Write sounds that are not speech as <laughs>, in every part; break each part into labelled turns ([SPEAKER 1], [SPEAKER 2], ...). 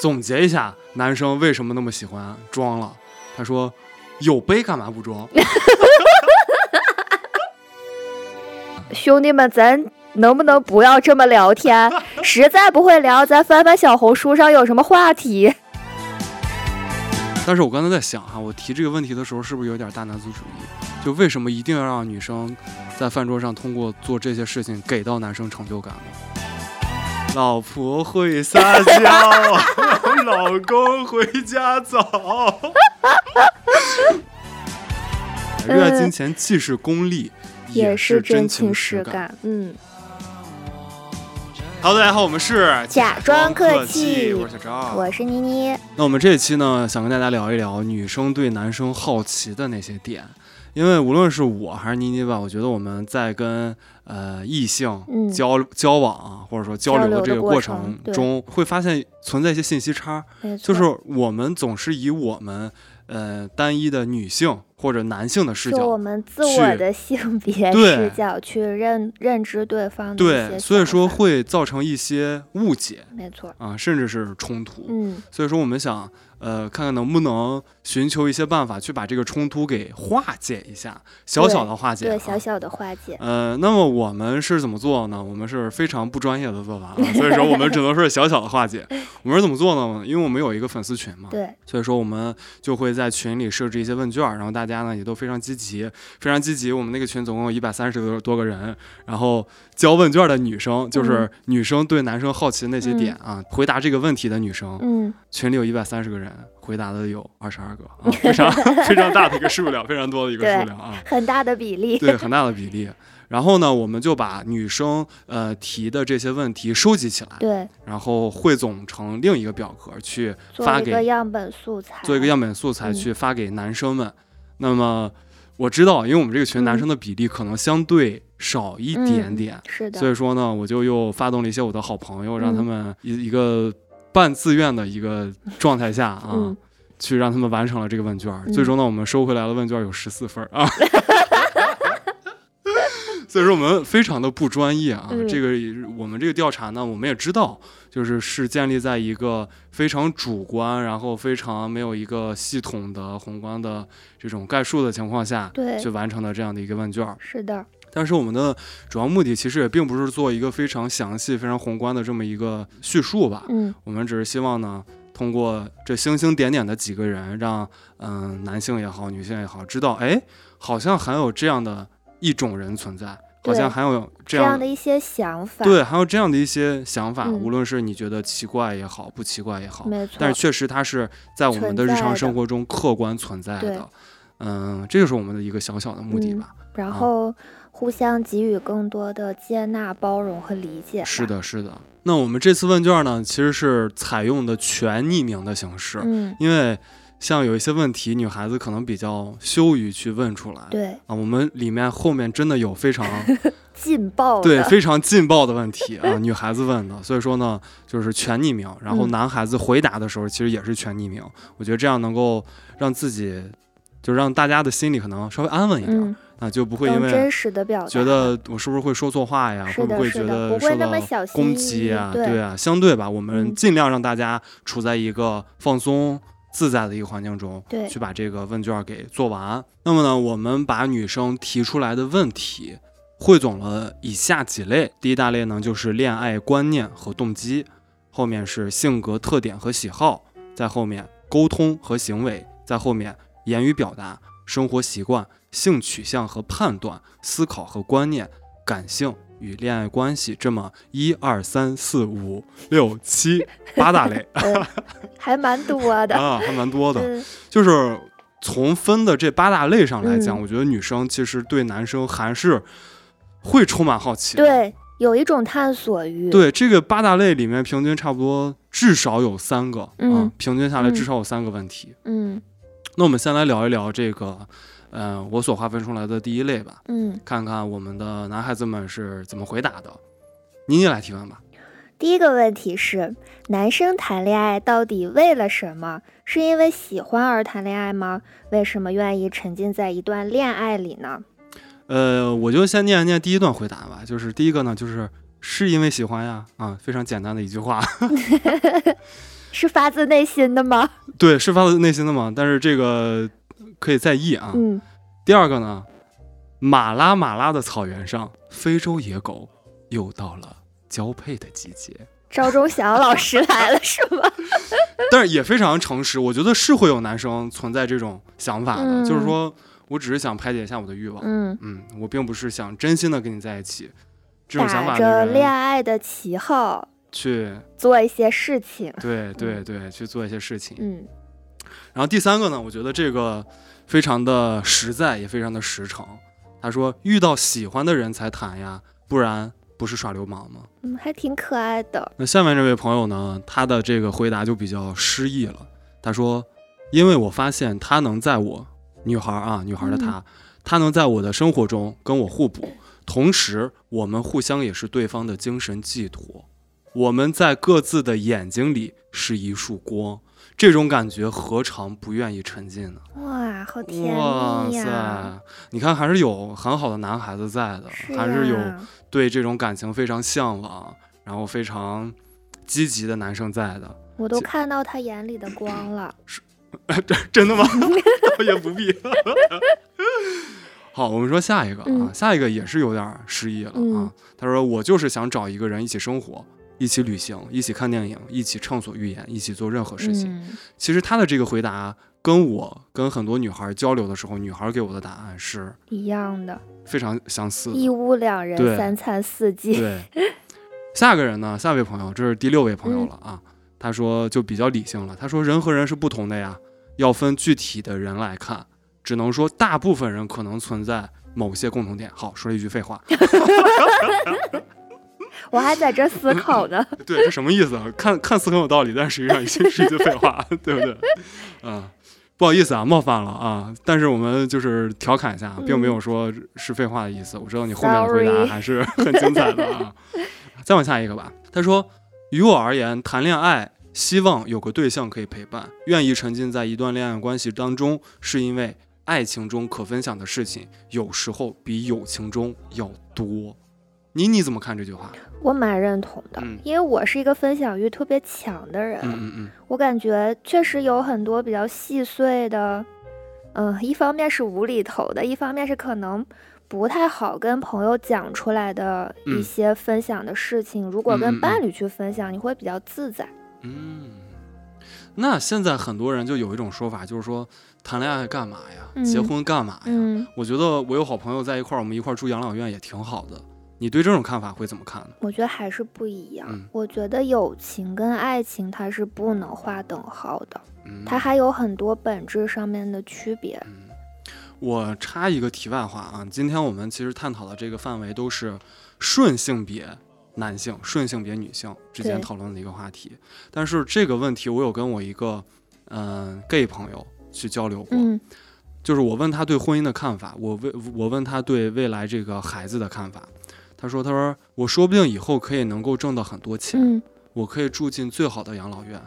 [SPEAKER 1] 总结一下，男生为什么那么喜欢装了？他说：“有杯干嘛不装？ <laughs>
[SPEAKER 2] 兄弟们，咱能不能不要这么聊天？
[SPEAKER 1] <laughs>
[SPEAKER 2] 实在不会聊，咱翻翻小红书上有什么话题。
[SPEAKER 1] 但是我刚才在想哈、我提这个问题的时候是不是有点大男子主义？就为什么一定要让女生在饭桌上通过做这些事情给到男生成就感呢？老婆会撒娇， <laughs> 老公回家 <laughs> 早。热爱金钱既是功利，
[SPEAKER 2] 也
[SPEAKER 1] 是
[SPEAKER 2] 真
[SPEAKER 1] 情
[SPEAKER 2] 实
[SPEAKER 1] 感。
[SPEAKER 2] 感，嗯，
[SPEAKER 1] 好，大家好，我们是
[SPEAKER 2] 假装客气
[SPEAKER 1] 我是小张，
[SPEAKER 2] 我是妮妮，
[SPEAKER 1] 那我们这一期呢，想跟大家聊一聊女生对男生好奇的那些点，因为无论是我还是妮妮吧，我觉得我们在跟呃异性
[SPEAKER 2] 嗯
[SPEAKER 1] 交、交往啊或者说交流
[SPEAKER 2] 交流
[SPEAKER 1] 的
[SPEAKER 2] 的
[SPEAKER 1] 这个
[SPEAKER 2] 过
[SPEAKER 1] 过
[SPEAKER 2] 程
[SPEAKER 1] 程
[SPEAKER 2] 对
[SPEAKER 1] 中，会发现存在一些信息差，
[SPEAKER 2] 没
[SPEAKER 1] 就
[SPEAKER 2] 错，
[SPEAKER 1] 是我们总是以我们呃单一的女性或者男性的视
[SPEAKER 2] 就我
[SPEAKER 1] 角。
[SPEAKER 2] 们自我
[SPEAKER 1] 去
[SPEAKER 2] 的性别
[SPEAKER 1] 对
[SPEAKER 2] 视角去认认知对方的一些
[SPEAKER 1] 对，所以
[SPEAKER 2] 想
[SPEAKER 1] 说
[SPEAKER 2] 法
[SPEAKER 1] 会造成一些误解
[SPEAKER 2] 没错，
[SPEAKER 1] 啊，甚至是冲突。
[SPEAKER 2] 嗯，
[SPEAKER 1] 所以说我们想，呃，看看能不能寻求一些办法去把这个冲突给化解一下，小小的化解、
[SPEAKER 2] 对，小。小的化解，
[SPEAKER 1] 呃，那么我们是怎么做呢？我们是非常不专业的做法、啊，所以说我们只能说是小小的化
[SPEAKER 2] <laughs>
[SPEAKER 1] 解。我们是怎么做呢？因为我们有一个粉丝群嘛，
[SPEAKER 2] 对，
[SPEAKER 1] 所以说我们就会在群里设置一些问卷儿，然后大家呢也都非常积极，非常积极。我们那个群总共有一百三十多多个人，然后交问卷儿的女生就是
[SPEAKER 2] 嗯
[SPEAKER 1] 女生对男生好奇的那些点啊，回答这个问题的女生，
[SPEAKER 2] 嗯，
[SPEAKER 1] 群里有一百三十个人，回答的有二十二个，啊，非常非常大的一个数量，非常多的一个数量啊，
[SPEAKER 2] 很大的比例，
[SPEAKER 1] 对，很大的比例。然后呢，我们就把女生呃提的这些问题收集起来，
[SPEAKER 2] 对，
[SPEAKER 1] 然后汇总成另一个表格去
[SPEAKER 2] 做
[SPEAKER 1] 发
[SPEAKER 2] 一个
[SPEAKER 1] 给
[SPEAKER 2] 样本素材，
[SPEAKER 1] 做一个样本素材去发给男生们。那么我知道，因为我们这个群男生的比例可能相对少一点点，
[SPEAKER 2] 是的，
[SPEAKER 1] 所以说呢，我就又发动了一些我的好朋友，让
[SPEAKER 2] 嗯
[SPEAKER 1] 他们一一个半自愿的一个状态下啊。
[SPEAKER 2] 嗯，
[SPEAKER 1] 去让他们完成了这个问卷儿。
[SPEAKER 2] 嗯
[SPEAKER 1] 最终呢，我们收回来了问卷儿有十四分儿啊。 <laughs> 所以说我们非常的不专业啊，
[SPEAKER 2] 嗯
[SPEAKER 1] 这个我们这个调查呢，我们也知道，就是是建立在一个非常主观，然后非常没有一个系统的宏观的这种概述的情况下，
[SPEAKER 2] 对
[SPEAKER 1] 去完成的这样的一个问卷儿。
[SPEAKER 2] 是的，
[SPEAKER 1] 但是我们的主要目的其实也并不是做一个非常详细、非常宏观的这么一个叙述吧，
[SPEAKER 2] 嗯，
[SPEAKER 1] 我们只是希望呢，通过这星星点点的几个人，让嗯、男性也好，女性也好，知道哎，好像还有这样的一种人存在，好
[SPEAKER 2] 对
[SPEAKER 1] 像还有这
[SPEAKER 2] 这
[SPEAKER 1] 样
[SPEAKER 2] 样的一些想法，，
[SPEAKER 1] 对，还有这样的一些想法，
[SPEAKER 2] 嗯
[SPEAKER 1] 无论是你觉得奇怪也好，不奇怪也好，
[SPEAKER 2] 没错，
[SPEAKER 1] 但是确实它是在我们的
[SPEAKER 2] 存在
[SPEAKER 1] 日常
[SPEAKER 2] 的
[SPEAKER 1] 生活中客观存在
[SPEAKER 2] 对
[SPEAKER 1] 的。嗯，这就是我们的一个小小的目的
[SPEAKER 2] 嗯
[SPEAKER 1] 吧。
[SPEAKER 2] 然
[SPEAKER 1] 啊
[SPEAKER 2] 后互相给予更多的接纳、包容和理解，
[SPEAKER 1] 是，的，是的。那我们这次问卷呢，其实是采用的全匿名的形式。
[SPEAKER 2] 嗯，
[SPEAKER 1] 因为像有一些问题，女孩子可能比较羞于去问出来。
[SPEAKER 2] 对，
[SPEAKER 1] 啊，我们里面后面真的有非常
[SPEAKER 2] 劲爆的，
[SPEAKER 1] 对非常劲爆的问题啊，女孩子问的，所以说呢，就是全匿名。然后
[SPEAKER 2] 嗯
[SPEAKER 1] 男孩子回答的时候，其实也是全匿名。我觉得这样能够让自己，就让大家的心里可能稍微安稳一点，
[SPEAKER 2] 嗯，
[SPEAKER 1] 啊，就不会因
[SPEAKER 2] 更真
[SPEAKER 1] 为
[SPEAKER 2] 实的表达，
[SPEAKER 1] 觉得我是不是会说错话呀，
[SPEAKER 2] 是
[SPEAKER 1] 会不
[SPEAKER 2] 的
[SPEAKER 1] 会
[SPEAKER 2] 是
[SPEAKER 1] 觉
[SPEAKER 2] 的
[SPEAKER 1] 得
[SPEAKER 2] 不
[SPEAKER 1] 受
[SPEAKER 2] 会那
[SPEAKER 1] 到
[SPEAKER 2] 么小心
[SPEAKER 1] 攻
[SPEAKER 2] 翼
[SPEAKER 1] 击
[SPEAKER 2] 翼
[SPEAKER 1] 呀？
[SPEAKER 2] 对
[SPEAKER 1] 对啊，相对吧，我们
[SPEAKER 2] 嗯
[SPEAKER 1] 尽量让大家处在一个放松自在的一个环境中，
[SPEAKER 2] 对
[SPEAKER 1] 去把这个问卷给做完。那么呢，我们把女生提出来的问题汇总了以下几类。第一大类呢，就是恋爱观念和动机，后面是性格特点和喜好，在后面沟通和行为，在后面言语表达、生活习惯、性取向和判断、思考和观念、感性。与恋爱关系这么一二三四五六七八大
[SPEAKER 2] <laughs>
[SPEAKER 1] 类
[SPEAKER 2] 嗯还蛮多的，
[SPEAKER 1] 啊，还蛮多的。
[SPEAKER 2] 嗯，
[SPEAKER 1] 就是从分的这八大类上来讲，
[SPEAKER 2] 嗯
[SPEAKER 1] 我觉得女生其实对男生还是会充满好奇。
[SPEAKER 2] 对，有一种探索欲，
[SPEAKER 1] 对，这个八大类里面，平均差不多至少有三个，
[SPEAKER 2] 嗯
[SPEAKER 1] 啊平均下来
[SPEAKER 2] 嗯
[SPEAKER 1] 至少有三个问题。
[SPEAKER 2] 嗯
[SPEAKER 1] 那我们先来聊一聊这个，呃，我所划分出来的第一类吧，
[SPEAKER 2] 嗯，
[SPEAKER 1] 看看我们的男孩子们是怎么回答的。妮妮来提问吧。
[SPEAKER 2] 第一个问题是，男生谈恋爱到底为了什么？是因为喜欢而谈恋爱吗？为什么愿意沉浸在一段恋爱里呢？
[SPEAKER 1] 呃，我就先念一念第一段回答吧，就是第一个呢，就是是因为喜欢呀，啊，非常简单的一句话。
[SPEAKER 2] 是发自内心的吗？
[SPEAKER 1] 对，是发自内心的嘛。但是这个可以再议啊。
[SPEAKER 2] 嗯，
[SPEAKER 1] 第二个呢，马拉马拉的草原上，非洲野狗又到了交配的季节，
[SPEAKER 2] 赵忠祥老师来了是吗？
[SPEAKER 1] <laughs>
[SPEAKER 2] 嗯
[SPEAKER 1] 但是也非常诚实。我觉得是会有男生存在这种想法的，
[SPEAKER 2] 嗯
[SPEAKER 1] 就是说我只是想排解一下我的欲望，
[SPEAKER 2] 嗯，
[SPEAKER 1] 嗯我并不是想真心的跟你在一起。这种想
[SPEAKER 2] 打
[SPEAKER 1] 法
[SPEAKER 2] 着
[SPEAKER 1] 的
[SPEAKER 2] 恋
[SPEAKER 1] 人
[SPEAKER 2] 爱的旗号
[SPEAKER 1] 去
[SPEAKER 2] 做一些事情。
[SPEAKER 1] 对对对去做一些事情。
[SPEAKER 2] 嗯
[SPEAKER 1] 然后第三个呢，我觉得这个非常的实在，也非常的实诚。他说：“遇到喜欢的人才谈呀，不然不是耍流氓吗
[SPEAKER 2] 嗯，还挺可爱的。？”
[SPEAKER 1] 那下面这位朋友呢，他的这个回答就比较诗意了。他说：“因为我发现他能在我女孩啊，女孩的她，她能在我的生活中跟我互补，同时我们互相也是对方的精神寄托。我们在各自的眼睛里是一束光，这种感觉何尝不愿意沉浸呢？”
[SPEAKER 2] 哇，好甜
[SPEAKER 1] 哇
[SPEAKER 2] 蜜呀、
[SPEAKER 1] 塞，你看还是有很好的男孩子在的，
[SPEAKER 2] 是啊
[SPEAKER 1] 还是有
[SPEAKER 2] 呀
[SPEAKER 1] 对这种感情非常向往，然后非常积极的男生在
[SPEAKER 2] <laughs>
[SPEAKER 1] 的。
[SPEAKER 2] 我都看到他眼里的光了。
[SPEAKER 1] 真的吗？倒也不必。 <laughs> 好，我们说下一个啊，
[SPEAKER 2] 嗯
[SPEAKER 1] 下一个也是有点失忆了啊。
[SPEAKER 2] 嗯
[SPEAKER 1] 他说：“我就是想找一个人一起生活，一起旅行，一起看电影，一起畅所欲言，一起做任何事情。
[SPEAKER 2] 嗯
[SPEAKER 1] 其实他的这个回答跟我跟很多女孩交流的时候，女孩给我的答案是
[SPEAKER 2] 一样的，
[SPEAKER 1] 非常相似的。
[SPEAKER 2] 一屋两人
[SPEAKER 1] 嗯对，
[SPEAKER 2] 三餐四季。
[SPEAKER 1] 对，下个人呢？下位朋友，这是第六位朋友了啊。他说就比较理性了，他说人和人是不同的呀，要分具体的人来看，只能说大部分人可能存在某些共同点。好，说了一句废话，
[SPEAKER 2] 我还在这思考
[SPEAKER 1] <laughs>
[SPEAKER 2] 呢。
[SPEAKER 1] 对，这什么意思？啊？看看似很有道理，但实际上已经是一句废话， <laughs> 对不对？嗯，不好意思啊，冒犯了啊，但是我们就是调侃一下，啊并没有说是废话的意思。我知道你后面的回答
[SPEAKER 2] Sorry
[SPEAKER 1] 还是很精彩的啊。 <laughs> 再往下一个吧。他说，于我而言，谈恋爱希望有个对象可以陪伴，愿意沉浸在一段恋爱关系当中，是因为爱情中可分享的事情有时候比友情中要多。你你怎么看这句话？
[SPEAKER 2] 我蛮认同的，
[SPEAKER 1] 嗯
[SPEAKER 2] 因为我是一个分享欲特别强的人，
[SPEAKER 1] 嗯嗯嗯，
[SPEAKER 2] 我感觉确实有很多比较细碎的，嗯，一方面是无厘头的，一方面是可能不太好跟朋友讲出来的一
[SPEAKER 1] 嗯
[SPEAKER 2] 些分享的事情。如果
[SPEAKER 1] 嗯嗯
[SPEAKER 2] 跟
[SPEAKER 1] 嗯
[SPEAKER 2] 伴侣去分享，你会比较自在。
[SPEAKER 1] 嗯，那现在很多人就有一种说法，就是说谈恋爱干嘛呀？
[SPEAKER 2] 嗯
[SPEAKER 1] 结婚干嘛呀？
[SPEAKER 2] 嗯，
[SPEAKER 1] 我觉得我有好朋友在一块儿，我们一块儿住养老院也挺好的。你对这种看法会怎么看呢？
[SPEAKER 2] 我觉得还是不一样。
[SPEAKER 1] 嗯
[SPEAKER 2] 我觉得友情跟爱情它是不能划等号的，
[SPEAKER 1] 嗯，
[SPEAKER 2] 它还有很多本质上面的区别。
[SPEAKER 1] 我插一个题外话啊，今天我们其实探讨的这个范围都是顺性别男性、顺性别女性之间
[SPEAKER 2] 对
[SPEAKER 1] 讨论的一个话题。但是这个问题，我有跟我一个嗯、gay 朋友去交流过，
[SPEAKER 2] 嗯
[SPEAKER 1] 就是我问他对婚姻的看法，我问我问他对未来这个孩子的看法，他说他说我说不定以后可以能够挣到很多钱，
[SPEAKER 2] 嗯
[SPEAKER 1] 我可以住进最好的养老院，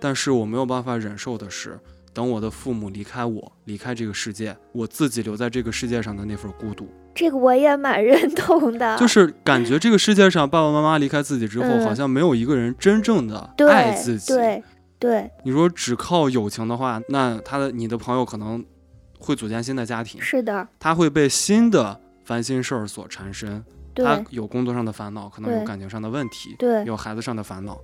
[SPEAKER 1] 但是我没有办法忍受的是，等我的父母离开我，离开这个世界，我自己留在这个世界上的那份孤独，
[SPEAKER 2] 这个我也蛮认同的，
[SPEAKER 1] 就是感觉这个世界上爸爸妈妈离开自己之后，
[SPEAKER 2] 啊嗯
[SPEAKER 1] 好像没有一个人真正的
[SPEAKER 2] 对
[SPEAKER 1] 爱自己。嗯
[SPEAKER 2] 对对，
[SPEAKER 1] 你说只靠友情的话，那他的你的朋友可能会组建新的家庭，
[SPEAKER 2] 是的，
[SPEAKER 1] 他会被新的烦心事儿所缠身，他
[SPEAKER 2] 对
[SPEAKER 1] 有工作上的烦恼，可能有
[SPEAKER 2] 对
[SPEAKER 1] 感情上的问题，
[SPEAKER 2] 对
[SPEAKER 1] 有孩子上的烦恼，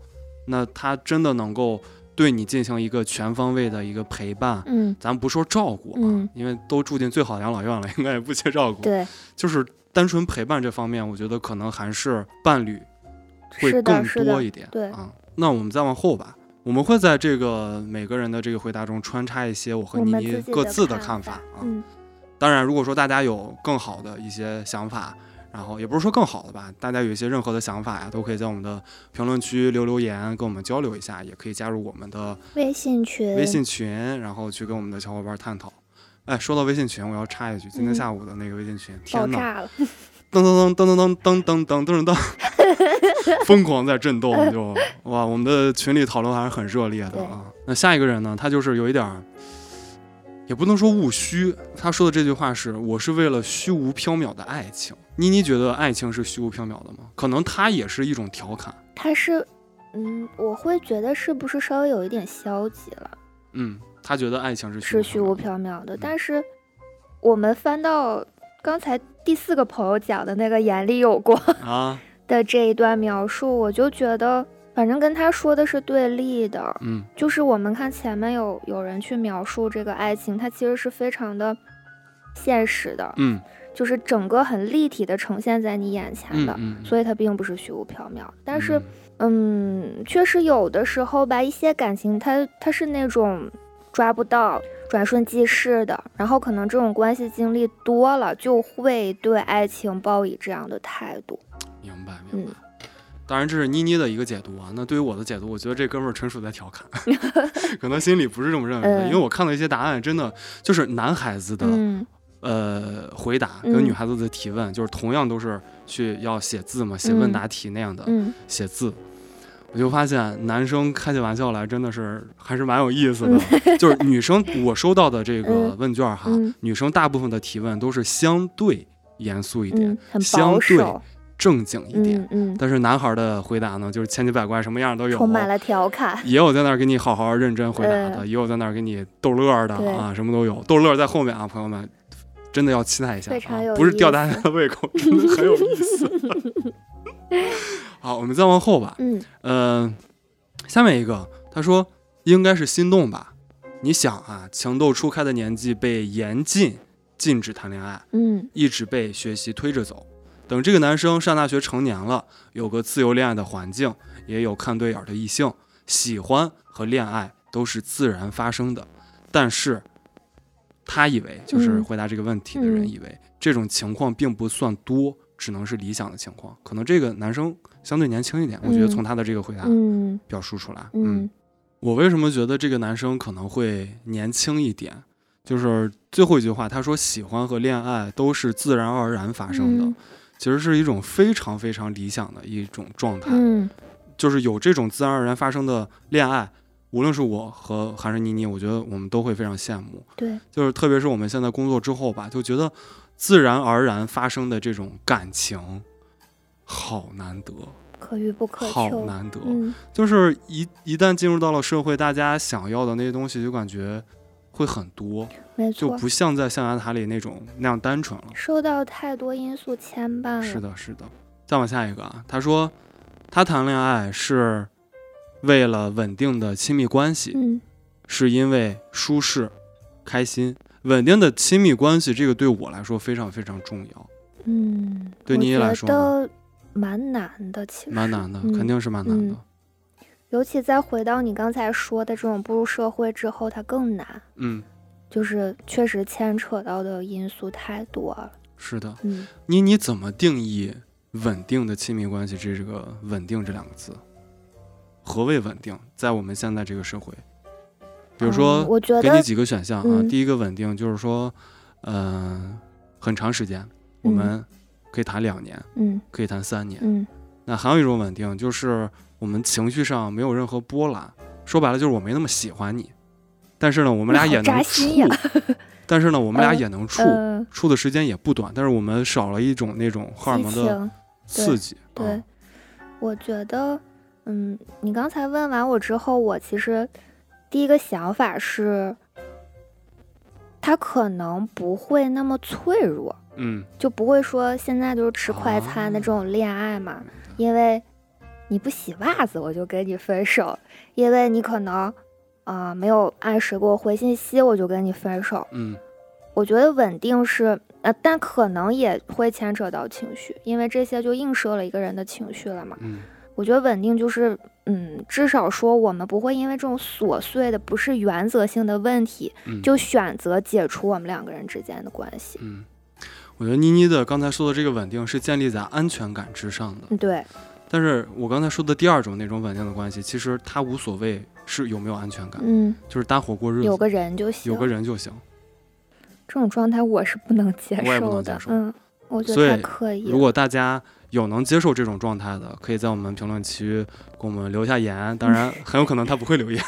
[SPEAKER 1] 那他真的能够对你进行一个全方位的一个陪伴，
[SPEAKER 2] 嗯
[SPEAKER 1] 咱不说照顾啊，
[SPEAKER 2] 嗯
[SPEAKER 1] 因为都住进最好养老院了，应该也不缺照顾，
[SPEAKER 2] 对，
[SPEAKER 1] 就是单纯陪伴这方面，我觉得可能还是伴侣会
[SPEAKER 2] 是
[SPEAKER 1] 更
[SPEAKER 2] 的是
[SPEAKER 1] 多
[SPEAKER 2] 的，
[SPEAKER 1] 一点，
[SPEAKER 2] 对
[SPEAKER 1] 啊。那我们再往后吧，我们会在这个每个人的这个回答中穿插一些我和
[SPEAKER 2] 我
[SPEAKER 1] 妮
[SPEAKER 2] 们
[SPEAKER 1] 妮
[SPEAKER 2] 己
[SPEAKER 1] 各自的
[SPEAKER 2] 的
[SPEAKER 1] 看法
[SPEAKER 2] 法
[SPEAKER 1] 啊。
[SPEAKER 2] 嗯
[SPEAKER 1] 当然，如果说大家有更好的一些想法，然后也不是说更好的吧，大家有一些任何的想法呀，都可以在我们的评论区留留言，跟我们交流一下，也可以加入我们的
[SPEAKER 2] 微信群，
[SPEAKER 1] 微信群，然后去跟我们的小伙伴探讨。哎，说到微信群，我要插一句，今天
[SPEAKER 2] 嗯
[SPEAKER 1] 下午的那个微信群，
[SPEAKER 2] 爆
[SPEAKER 1] 天呐，
[SPEAKER 2] 炸了，
[SPEAKER 1] 噔噔噔噔噔噔噔噔噔噔噔，疯狂在震动，就哇，我们的群里讨论还是很热烈的啊。那下一个人呢，他就是有一点儿，也不能说务虚，他说的这句话是：“我是为了虚无缥缈的爱情。”妮妮觉得爱情是虚无缥缈的吗？可能他也是一种调侃，
[SPEAKER 2] 它是嗯，我会觉得是不是稍微有一点消极了，
[SPEAKER 1] 嗯，他觉得爱情是
[SPEAKER 2] 是虚
[SPEAKER 1] 虚
[SPEAKER 2] 无
[SPEAKER 1] 无缥缈的。
[SPEAKER 2] 缥缈的。
[SPEAKER 1] 嗯
[SPEAKER 2] 但是我们翻到刚才第四个朋友讲的那个眼里有光 <laughs>
[SPEAKER 1] 啊，
[SPEAKER 2] 的这一段描述，我就觉得反正跟他说的是对立的，
[SPEAKER 1] 嗯
[SPEAKER 2] 就是我们看前面有有人去描述这个爱情，它其实是非常的现实的，
[SPEAKER 1] 嗯
[SPEAKER 2] 就是整个很立体的呈现在你眼前
[SPEAKER 1] 嗯
[SPEAKER 2] 的，
[SPEAKER 1] 嗯，
[SPEAKER 2] 所以它并不是虚无缥缈。但是
[SPEAKER 1] 嗯，
[SPEAKER 2] 嗯，确实有的时候吧，一些感情它它是那种抓不到、转瞬即逝的，然后可能这种关系经历多了，就会对爱情抱以这样的态度。
[SPEAKER 1] 明白明
[SPEAKER 2] 嗯
[SPEAKER 1] 白。当然，这是妮妮的一个解读啊。那对于我的解读，我觉得这哥们儿纯属在
[SPEAKER 2] <laughs>
[SPEAKER 1] 调侃，可能心里不是这么认为的。
[SPEAKER 2] 嗯
[SPEAKER 1] 因为我看到一些答案，真的就是男孩子的、
[SPEAKER 2] 嗯
[SPEAKER 1] 呃回答
[SPEAKER 2] 嗯
[SPEAKER 1] 跟女孩子的提问，就是同样都是去要写字嘛，写问答题那样的、
[SPEAKER 2] 嗯
[SPEAKER 1] 写字。我就发现男生开起玩笑来真的是还是蛮有意思的， <laughs> 就是女生我收到的这个
[SPEAKER 2] 嗯
[SPEAKER 1] 问卷哈，
[SPEAKER 2] 嗯
[SPEAKER 1] 女生大部分的提问都是相对严肃一点、
[SPEAKER 2] 嗯，很
[SPEAKER 1] 相
[SPEAKER 2] 保
[SPEAKER 1] 对
[SPEAKER 2] 守，
[SPEAKER 1] 正经一点。
[SPEAKER 2] 嗯嗯，
[SPEAKER 1] 但是男孩的回答呢，就是千奇百怪，什么样都有，
[SPEAKER 2] 充满了调侃。
[SPEAKER 1] 也有在那儿给你好好认真回答的，
[SPEAKER 2] 嗯
[SPEAKER 1] 也有在那儿给你逗乐儿的
[SPEAKER 2] 对
[SPEAKER 1] 啊，什么都有。逗乐儿在后面啊，朋友们，真的要期待一下
[SPEAKER 2] 非常
[SPEAKER 1] 啊
[SPEAKER 2] 有，
[SPEAKER 1] 不是
[SPEAKER 2] 意
[SPEAKER 1] 吊大
[SPEAKER 2] 思
[SPEAKER 1] 家的胃口，真的很有意思。
[SPEAKER 2] <laughs>
[SPEAKER 1] 好，我们再往后吧，
[SPEAKER 2] 嗯
[SPEAKER 1] 嗯，下面一个，他说应该是心动吧。你想啊，情窦初开的年纪被严禁禁止谈恋爱，
[SPEAKER 2] 嗯
[SPEAKER 1] 一直被学习推着走。等这个男生上大学成年了，有个自由恋爱的环境，也有看对眼儿的异性，喜欢和恋爱都是自然发生的。但是，他以为就是
[SPEAKER 2] 嗯
[SPEAKER 1] 回答这个问题的人
[SPEAKER 2] 嗯
[SPEAKER 1] 以为、这种情况并不算多，只能是理想的情况。可能这个男生相对年轻一点，我觉得
[SPEAKER 2] 嗯
[SPEAKER 1] 从他的这个回答
[SPEAKER 2] 嗯
[SPEAKER 1] 表述出来，嗯
[SPEAKER 2] 嗯
[SPEAKER 1] 我为什么觉得这个男生可能会年轻一点？就是最后一句话，他说喜欢和恋爱都是自然而然发生的，
[SPEAKER 2] 嗯
[SPEAKER 1] 其实是一种非常非常理想的一种状态。
[SPEAKER 2] 嗯
[SPEAKER 1] 就是有这种自然而然发生的恋爱，无论是我和还是妮妮，我觉得我们都会非常羡慕。
[SPEAKER 2] 对，
[SPEAKER 1] 就是特别是我们现在工作之后吧，就觉得自然而然发生的这种感情，好难得，
[SPEAKER 2] 可遇不可
[SPEAKER 1] 好
[SPEAKER 2] 求。
[SPEAKER 1] 难得。
[SPEAKER 2] 嗯
[SPEAKER 1] 就是一一旦进入到了社会，大家想要的那些东西就感觉会很多，
[SPEAKER 2] 没
[SPEAKER 1] 就
[SPEAKER 2] 错，
[SPEAKER 1] 不像在象牙塔里那种那样单纯了。
[SPEAKER 2] 受到太多因素牵绊了。
[SPEAKER 1] 是的，是的。再往下一个啊，他说他谈恋爱是为了稳定的亲密关系，
[SPEAKER 2] 嗯
[SPEAKER 1] 是因为舒适、开心。稳定的亲密关系，这个对我来说非常非常重要，
[SPEAKER 2] 嗯，
[SPEAKER 1] 对
[SPEAKER 2] 我
[SPEAKER 1] 你来
[SPEAKER 2] 觉
[SPEAKER 1] 说呢
[SPEAKER 2] 得蛮难的，其实
[SPEAKER 1] 蛮难的，
[SPEAKER 2] 嗯
[SPEAKER 1] 肯定是蛮难的。
[SPEAKER 2] 尤其再回到你刚才说的这种步入社会之后，它更难，
[SPEAKER 1] 嗯，
[SPEAKER 2] 就是确实牵扯到的因素太多了。
[SPEAKER 1] 是的。
[SPEAKER 2] 嗯，
[SPEAKER 1] 你你怎么定义稳定的亲密关系？这这个“稳定”这两个字，何谓稳定？在我们现在这个社会，比如说，
[SPEAKER 2] 嗯我觉
[SPEAKER 1] 给你
[SPEAKER 2] 得
[SPEAKER 1] 几个选项啊。
[SPEAKER 2] 嗯
[SPEAKER 1] 第一个稳定就是说，嗯、很长时间，我们可以谈两年，
[SPEAKER 2] 嗯
[SPEAKER 1] 可以谈三年。
[SPEAKER 2] 嗯
[SPEAKER 1] 那还有一种稳定就是我们情绪上没有任何波澜，说白了就是我没那么喜欢你，但是呢，我们俩
[SPEAKER 2] 好
[SPEAKER 1] 也能
[SPEAKER 2] 扎
[SPEAKER 1] 处
[SPEAKER 2] 心呀， <laughs>
[SPEAKER 1] 但是呢，我们俩
[SPEAKER 2] 呃
[SPEAKER 1] 也能处。
[SPEAKER 2] 呃，
[SPEAKER 1] 处的时间也不短，但是我们少了一种那种荷尔
[SPEAKER 2] 激
[SPEAKER 1] 蒙的
[SPEAKER 2] 情，
[SPEAKER 1] 刺激。
[SPEAKER 2] 对
[SPEAKER 1] 啊，
[SPEAKER 2] 我觉得，嗯，你刚才问完我之后，我其实第一个想法是，他可能不会那么脆弱，
[SPEAKER 1] 嗯，
[SPEAKER 2] 就不会说现在就是吃快餐的这种恋爱嘛，因为你不洗袜子我就跟你分手，因为你可能啊、呃没有按时给我回信息我就跟你分手。
[SPEAKER 1] 嗯，
[SPEAKER 2] 我觉得稳定是呃，但可能也会牵扯到情绪，因为这些就映射了一个人的情绪了嘛。
[SPEAKER 1] 嗯，
[SPEAKER 2] 我觉得稳定就是，嗯，至少说我们不会因为这种琐碎的、不是原则性的问题，
[SPEAKER 1] 嗯
[SPEAKER 2] 就选择解除我们两个人之间的关系。
[SPEAKER 1] 嗯，我觉得妮妮的刚才说的这个稳定是建立在安全感之上的，
[SPEAKER 2] 嗯，对，
[SPEAKER 1] 但是我刚才说的第二种那种稳定的关系，其实它无所谓是有没有安全感，
[SPEAKER 2] 嗯，
[SPEAKER 1] 就是搭伙过日子，
[SPEAKER 2] 有个人就行。
[SPEAKER 1] 有个人就行。
[SPEAKER 2] 这种状态我是不能接受的，
[SPEAKER 1] 我也不能接受
[SPEAKER 2] 嗯，我觉
[SPEAKER 1] 所以
[SPEAKER 2] 得太刻意了。
[SPEAKER 1] 如果大家有能接受这种状态的，可以在我们评论区给我们留下言。当
[SPEAKER 2] <laughs>
[SPEAKER 1] 然，很有可能他不会留言。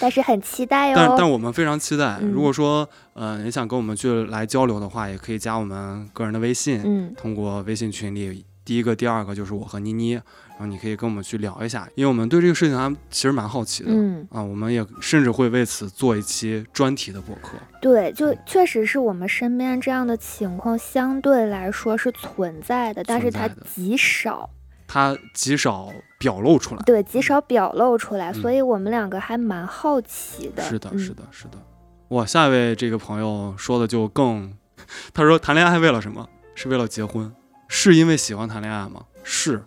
[SPEAKER 2] 但是很期待
[SPEAKER 1] 但
[SPEAKER 2] 哦。
[SPEAKER 1] 但我们非常期待，
[SPEAKER 2] 嗯
[SPEAKER 1] 如果说呃你想跟我们去来交流的话，也可以加我们个人的微信，
[SPEAKER 2] 嗯
[SPEAKER 1] 通过微信群里第一个、第二个就是我和妮妮，然后你可以跟我们去聊一下，因为我们对这个事情还其实蛮好奇的。
[SPEAKER 2] 嗯，
[SPEAKER 1] 啊，我们也甚至会为此做一期专题的博客。
[SPEAKER 2] 对，就确实是我们身边这样的情况相对来说是存在的，但是它
[SPEAKER 1] 存在的
[SPEAKER 2] 极少，
[SPEAKER 1] 它极少表露出来。
[SPEAKER 2] 对，极少表露出来，
[SPEAKER 1] 嗯
[SPEAKER 2] 所以我们两个还蛮好奇的。
[SPEAKER 1] 是的，
[SPEAKER 2] 嗯
[SPEAKER 1] 是的，是的。哇，下一位这个朋友说的就更， <laughs> 他说谈恋爱为了什么？是为了结婚？是因为喜欢谈恋爱吗？是。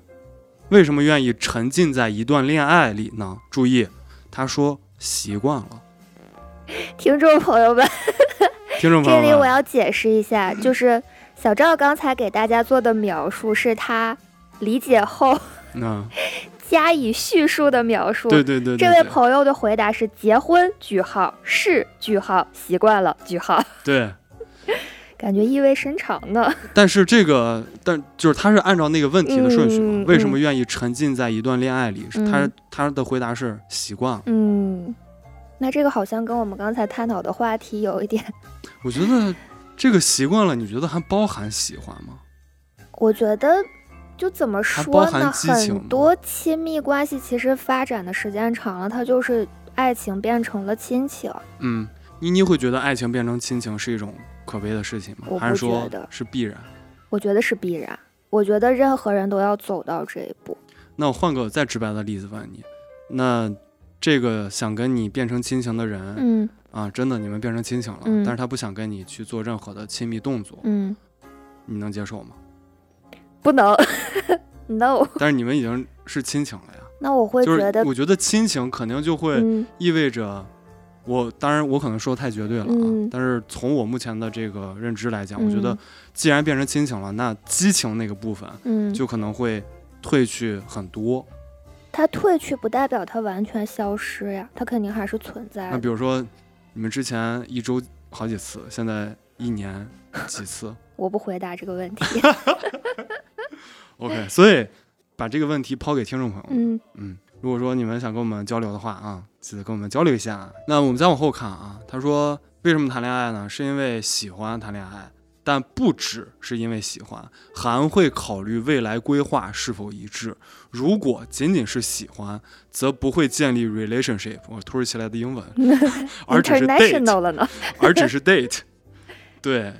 [SPEAKER 1] 为什么愿意沉浸在一段恋爱里呢？注意，他说习惯了。
[SPEAKER 2] 听众
[SPEAKER 1] <laughs>
[SPEAKER 2] 朋友们，
[SPEAKER 1] 听众朋 <laughs>
[SPEAKER 2] 这里
[SPEAKER 1] 友
[SPEAKER 2] 我
[SPEAKER 1] 们，
[SPEAKER 2] 要解释一下，就是小赵刚才给大家做的描述是他理解后 <laughs>
[SPEAKER 1] 嗯，
[SPEAKER 2] 加以叙述的描述。
[SPEAKER 1] 对对对对
[SPEAKER 2] 这位
[SPEAKER 1] 对
[SPEAKER 2] 朋友的回答是：结婚句号是句号习惯了句号，
[SPEAKER 1] 对，
[SPEAKER 2] 感觉意味深长呢。 <laughs>
[SPEAKER 1] 但是这个，但就是他是按照那个问题的顺序嘛？
[SPEAKER 2] 嗯
[SPEAKER 1] 为什么愿意沉浸在一段恋爱里？是他
[SPEAKER 2] 嗯
[SPEAKER 1] 他的回答是习惯了。
[SPEAKER 2] 嗯，那这个好像跟我们刚才探讨的话题有一点，
[SPEAKER 1] 我觉得这个习惯了，你觉得还包含喜欢吗？
[SPEAKER 2] 我觉得。就怎么
[SPEAKER 1] 还包
[SPEAKER 2] 说
[SPEAKER 1] 含
[SPEAKER 2] 呢？
[SPEAKER 1] 激情吗
[SPEAKER 2] 很多亲密关系其实发展的时间长了，它就是爱情变成了亲情。
[SPEAKER 1] 嗯，妮妮会觉得爱情变成亲情是一种可悲的事情吗
[SPEAKER 2] 我？不
[SPEAKER 1] 还是说
[SPEAKER 2] 觉得
[SPEAKER 1] 是必然？
[SPEAKER 2] 我觉得是必然。我觉得任何人都要走到这一步。
[SPEAKER 1] 那我换个再直白的例子问你，那这个想跟你变成亲情的人、
[SPEAKER 2] 嗯
[SPEAKER 1] 啊，真的你们变成亲情了，
[SPEAKER 2] 嗯
[SPEAKER 1] 但是他不想跟你去做任何的亲密动作，
[SPEAKER 2] 嗯，
[SPEAKER 1] 你能接受吗？
[SPEAKER 2] 不能 <laughs> ，no。
[SPEAKER 1] <laughs> 但是你们已经是亲情了呀，
[SPEAKER 2] 那我会
[SPEAKER 1] 就是
[SPEAKER 2] 觉得，
[SPEAKER 1] 我觉得亲情肯定就会
[SPEAKER 2] 嗯
[SPEAKER 1] 意味着。我当然，我可能说得太绝对了啊，
[SPEAKER 2] 嗯
[SPEAKER 1] 但是从我目前的这个认知来讲，我觉得
[SPEAKER 2] 嗯
[SPEAKER 1] 既然变成亲情了，那激情那个部分
[SPEAKER 2] 嗯，
[SPEAKER 1] 就可能会褪去很多。
[SPEAKER 2] 它退去不代表它完全消失呀，它肯定还是存在
[SPEAKER 1] 那
[SPEAKER 2] 的。
[SPEAKER 1] 比如说，你们之前一周好几次，现在一年几次
[SPEAKER 2] 我不回答这
[SPEAKER 1] <laughs>
[SPEAKER 2] 个问题。
[SPEAKER 1] ？OK，所以把这个问题抛给听众朋友们。
[SPEAKER 2] 嗯
[SPEAKER 1] 嗯，如果说你们想跟我们交流的话啊，记得跟我们交流一下。那我们再往后看啊，他说为什么谈恋爱呢？是因为喜欢谈恋爱，但不只是因为喜欢，还会考虑未来规划是否一致。如果仅仅是喜欢，则不会建立 relationship，我突如其来的英文， <laughs> 而只是 date，
[SPEAKER 2] ，international 了呢？
[SPEAKER 1] 而只是 date。对，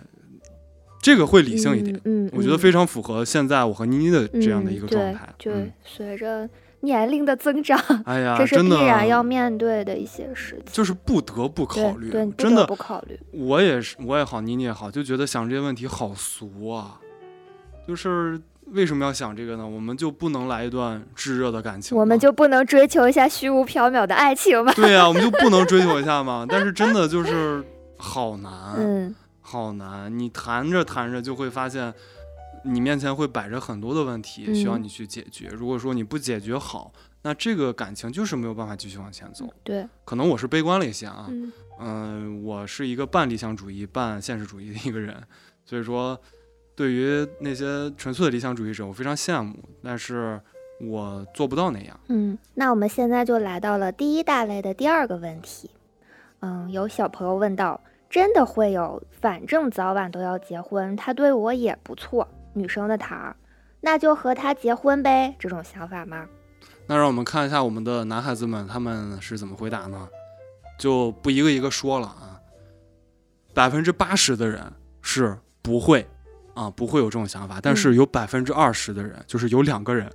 [SPEAKER 1] 这个会理性一点，
[SPEAKER 2] 嗯，嗯
[SPEAKER 1] 我觉得
[SPEAKER 2] 嗯
[SPEAKER 1] 非常符合现在我和妮妮的这样的
[SPEAKER 2] 嗯
[SPEAKER 1] 一个
[SPEAKER 2] 对
[SPEAKER 1] 状态。
[SPEAKER 2] 就随着年龄的增长，
[SPEAKER 1] 嗯、哎呀，
[SPEAKER 2] 这是
[SPEAKER 1] 真
[SPEAKER 2] 必
[SPEAKER 1] 的
[SPEAKER 2] 然要面对的一些事情。
[SPEAKER 1] 就是不得不考虑，
[SPEAKER 2] 对，对，
[SPEAKER 1] 真的
[SPEAKER 2] 不得不，考虑。
[SPEAKER 1] 我也是，我也好，妮妮也好，就觉得想这些问题好俗啊，就是为什么要想这个呢？我们就不能来一段炙热的感情吗？
[SPEAKER 2] 我们就不能追求一下虚无缥缈的爱情吗？
[SPEAKER 1] 对呀、我们就不能追求一下吗？但是真的就是好难，
[SPEAKER 2] <laughs> 嗯，
[SPEAKER 1] 好难，你谈着谈着就会发现。你面前会摆着很多的问题
[SPEAKER 2] 嗯
[SPEAKER 1] 需要你去解决，如果说你不解决好，那这个感情就是没有办法继续往前走。
[SPEAKER 2] 对，
[SPEAKER 1] 可能我是悲观了一些啊，
[SPEAKER 2] 嗯
[SPEAKER 1] 嗯，我是一个半理想主义、半现实主义的一个人，所以说，对于那些纯粹的理想主义者，我非常羡慕，但是我做不到那样。
[SPEAKER 2] 嗯。那我们现在就来到了第一大类的第二个问题。嗯，有小朋友问到，真的会有，反正早晚都要结婚，他对我也不错，女生的他儿，那就和他结婚呗，这种想法吗？
[SPEAKER 1] 那让我们看一下我们的男孩子们他们是怎么回答呢？就不一个一个说了啊。百分之八十的人是不会啊，不会有这种想法，但是有百分之二十的人，就是有两个人，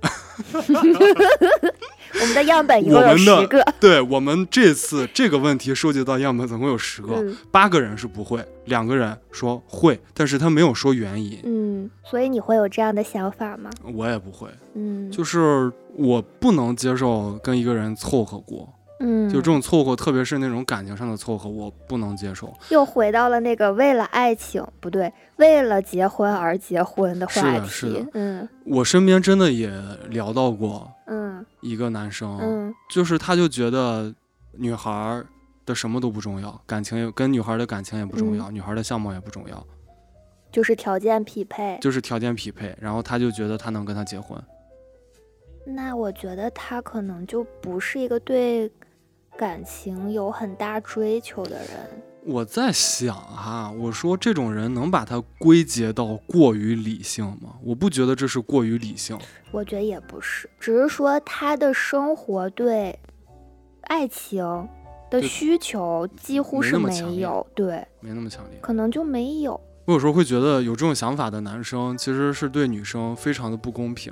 [SPEAKER 2] 我们的样本一
[SPEAKER 1] 我
[SPEAKER 2] 共有
[SPEAKER 1] 们的
[SPEAKER 2] 十个，
[SPEAKER 1] <laughs> 对我们这次这个问题收集到样本总共有十个，
[SPEAKER 2] 嗯
[SPEAKER 1] 八个人是不会，两个人说会，但是他没有说原因。
[SPEAKER 2] 嗯，所以你会有这样的想法吗？
[SPEAKER 1] 我也不会，
[SPEAKER 2] 嗯，
[SPEAKER 1] 就是我不能接受跟一个人凑合过，
[SPEAKER 2] 嗯，
[SPEAKER 1] 就这种凑合，特别是那种感情上的凑合，我不能接受。
[SPEAKER 2] 又回到了那个为了爱情不对，为了结婚而结婚的
[SPEAKER 1] 是
[SPEAKER 2] 话
[SPEAKER 1] 的是的
[SPEAKER 2] 题。嗯
[SPEAKER 1] 我身边真的也聊到过
[SPEAKER 2] 嗯
[SPEAKER 1] 一个男生，
[SPEAKER 2] 嗯
[SPEAKER 1] 就是他就觉得女孩儿的什么都不重要，感情也跟女孩儿的感情也不
[SPEAKER 2] 嗯
[SPEAKER 1] 重要，女孩儿的相貌也不重要，
[SPEAKER 2] 就是条件匹配。
[SPEAKER 1] 就是条件匹配，然后他就觉得他能跟她结婚。
[SPEAKER 2] 那我觉得他可能就不是一个对感情有很大追求的人。
[SPEAKER 1] 我在想哈、我说这种人能把他归结到过于理性吗？我不觉得这是过于理性。
[SPEAKER 2] 我觉得也不是，只是说他的生活对爱情
[SPEAKER 1] 对
[SPEAKER 2] 的需求几乎
[SPEAKER 1] 没
[SPEAKER 2] 是
[SPEAKER 1] 那么
[SPEAKER 2] 没
[SPEAKER 1] 强烈
[SPEAKER 2] 有，对，
[SPEAKER 1] 没那么强烈。
[SPEAKER 2] 可能就没有。
[SPEAKER 1] 我有时候会觉得有这种想法的男生其实是对女生非常的不公平，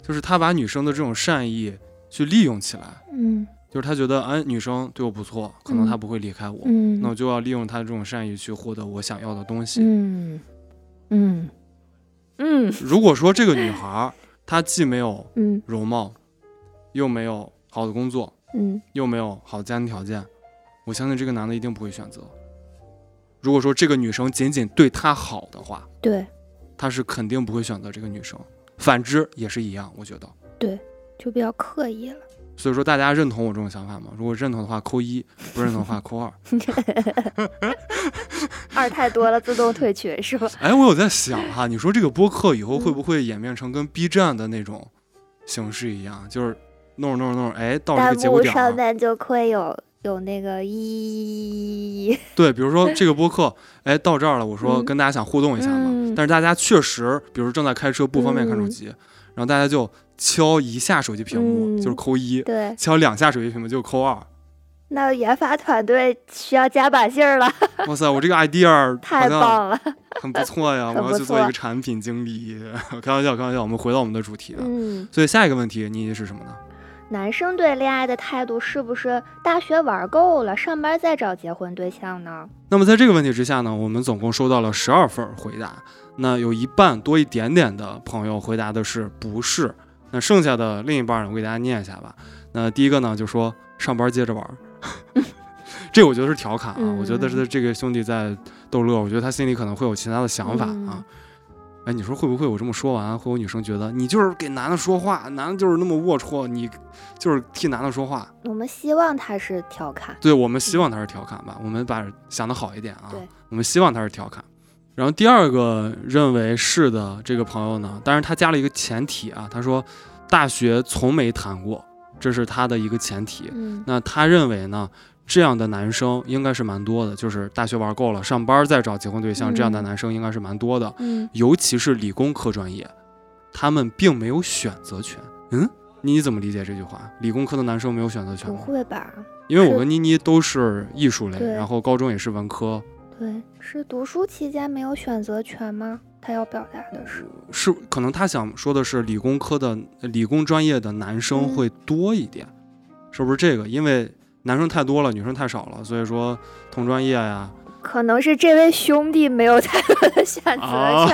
[SPEAKER 1] 就是他把女生的这种善意去利用起来，
[SPEAKER 2] 嗯
[SPEAKER 1] 就是他觉得哎女生对我不错，可能她
[SPEAKER 2] 嗯
[SPEAKER 1] 不会离开我，
[SPEAKER 2] 嗯，
[SPEAKER 1] 那我就要利用她的这种善意去获得我想要的东西。
[SPEAKER 2] 嗯嗯嗯
[SPEAKER 1] 如果说这个女孩儿她既没有
[SPEAKER 2] 嗯
[SPEAKER 1] 容貌，又没有好的工作，
[SPEAKER 2] 嗯
[SPEAKER 1] 又没有好的家庭条件，我相信这个男的一定不会选择。如果说这个女生仅仅对他好的话，
[SPEAKER 2] 对，
[SPEAKER 1] 他是肯定不会选择这个女生。反之也是一样，我觉得。
[SPEAKER 2] 就比较刻意了。
[SPEAKER 1] 所以说，大家认同我这种想法吗？如果认同的话，扣一；不认同的话，扣二。
[SPEAKER 2] <laughs> 二太多了，自动退群是吧？
[SPEAKER 1] 哎，我有在想哈，你说这个播客以后会不会演变成跟 B 站的那种形式一样，就是弄着弄着弄着，哎，到了
[SPEAKER 2] 弹
[SPEAKER 1] 一个节骨
[SPEAKER 2] 幕
[SPEAKER 1] 点
[SPEAKER 2] 上
[SPEAKER 1] 了，
[SPEAKER 2] 面就会有有那个一，
[SPEAKER 1] 对，比如说这个播客，哎，到这儿了，我说
[SPEAKER 2] 嗯
[SPEAKER 1] 跟大家想互动一下嘛，
[SPEAKER 2] 嗯
[SPEAKER 1] 但是大家确实，比如正在开车不方便看手
[SPEAKER 2] 嗯
[SPEAKER 1] 机，然后大家就敲一下手机屏幕、
[SPEAKER 2] 嗯
[SPEAKER 1] 就是扣一，
[SPEAKER 2] 对，
[SPEAKER 1] 敲两下手机屏幕就是扣二。
[SPEAKER 2] 那研发团队需要加把劲儿了，
[SPEAKER 1] 哇塞，我
[SPEAKER 2] <laughs>
[SPEAKER 1] 这个 idea 好
[SPEAKER 2] 太
[SPEAKER 1] 像
[SPEAKER 2] 棒了。
[SPEAKER 1] 很不错呀！我
[SPEAKER 2] <laughs> 很
[SPEAKER 1] 要
[SPEAKER 2] 不
[SPEAKER 1] 去做一
[SPEAKER 2] 错
[SPEAKER 1] 个产品经理。 <laughs> 开玩笑，开玩笑，我们回到我们的主题啊。
[SPEAKER 2] 嗯，
[SPEAKER 1] 所以下一个问题，你是什么呢？
[SPEAKER 2] <laughs> 男生对恋爱的态度是不是大学玩够了，上班再找结婚对象呢？
[SPEAKER 1] 那么在这个问题之下呢，我们总共收到了十二份回答，那有一半多一点点的朋友回答的是不是，那剩下的另一半呢，我给大家念一下吧。那第一个呢，就说上班接着玩儿， <laughs> 这我觉得是调侃啊，
[SPEAKER 2] 嗯
[SPEAKER 1] 我觉得是这个兄弟在逗乐，我觉得他心里可能会有其他的想法啊
[SPEAKER 2] 嗯。
[SPEAKER 1] 哎，你说会不会我这么说完，会有女生觉得你就是给男的说话，男的就是那么龌龊，你就是替男的说话？
[SPEAKER 2] 我们希望他是调侃，
[SPEAKER 1] 对我们希望它是调侃吧，我们把想的好一点啊
[SPEAKER 2] 嗯对，
[SPEAKER 1] 我们希望它是调侃。然后第二个认为是的这个朋友呢，当然他加了一个前提啊，他说大学从没谈过，这是他的一个前提。
[SPEAKER 2] 嗯
[SPEAKER 1] 那他认为呢，这样的男生应该是蛮多的，就是大学玩够了，上班再找结婚对象，
[SPEAKER 2] 嗯
[SPEAKER 1] 这样的男生应该是蛮多的，
[SPEAKER 2] 嗯，
[SPEAKER 1] 尤其是理工科专业，他们并没有选择权。嗯，你怎么理解这句话？理工科的男生没有选择权
[SPEAKER 2] 不
[SPEAKER 1] 吗？
[SPEAKER 2] 会吧？
[SPEAKER 1] 因为我
[SPEAKER 2] 是
[SPEAKER 1] 跟妮妮都是艺术类，
[SPEAKER 2] 对
[SPEAKER 1] 然后高中也是文科，
[SPEAKER 2] 对，是读书期间没有选择权吗？他要表达的是，
[SPEAKER 1] 是可能她想说的是理工科的呃理工专业的男生
[SPEAKER 2] 嗯
[SPEAKER 1] 会多一点，是不是这个？因为男生太多了，女生太少了，所以说同专业呀、
[SPEAKER 2] 可能是这位兄弟没有太多的选择权，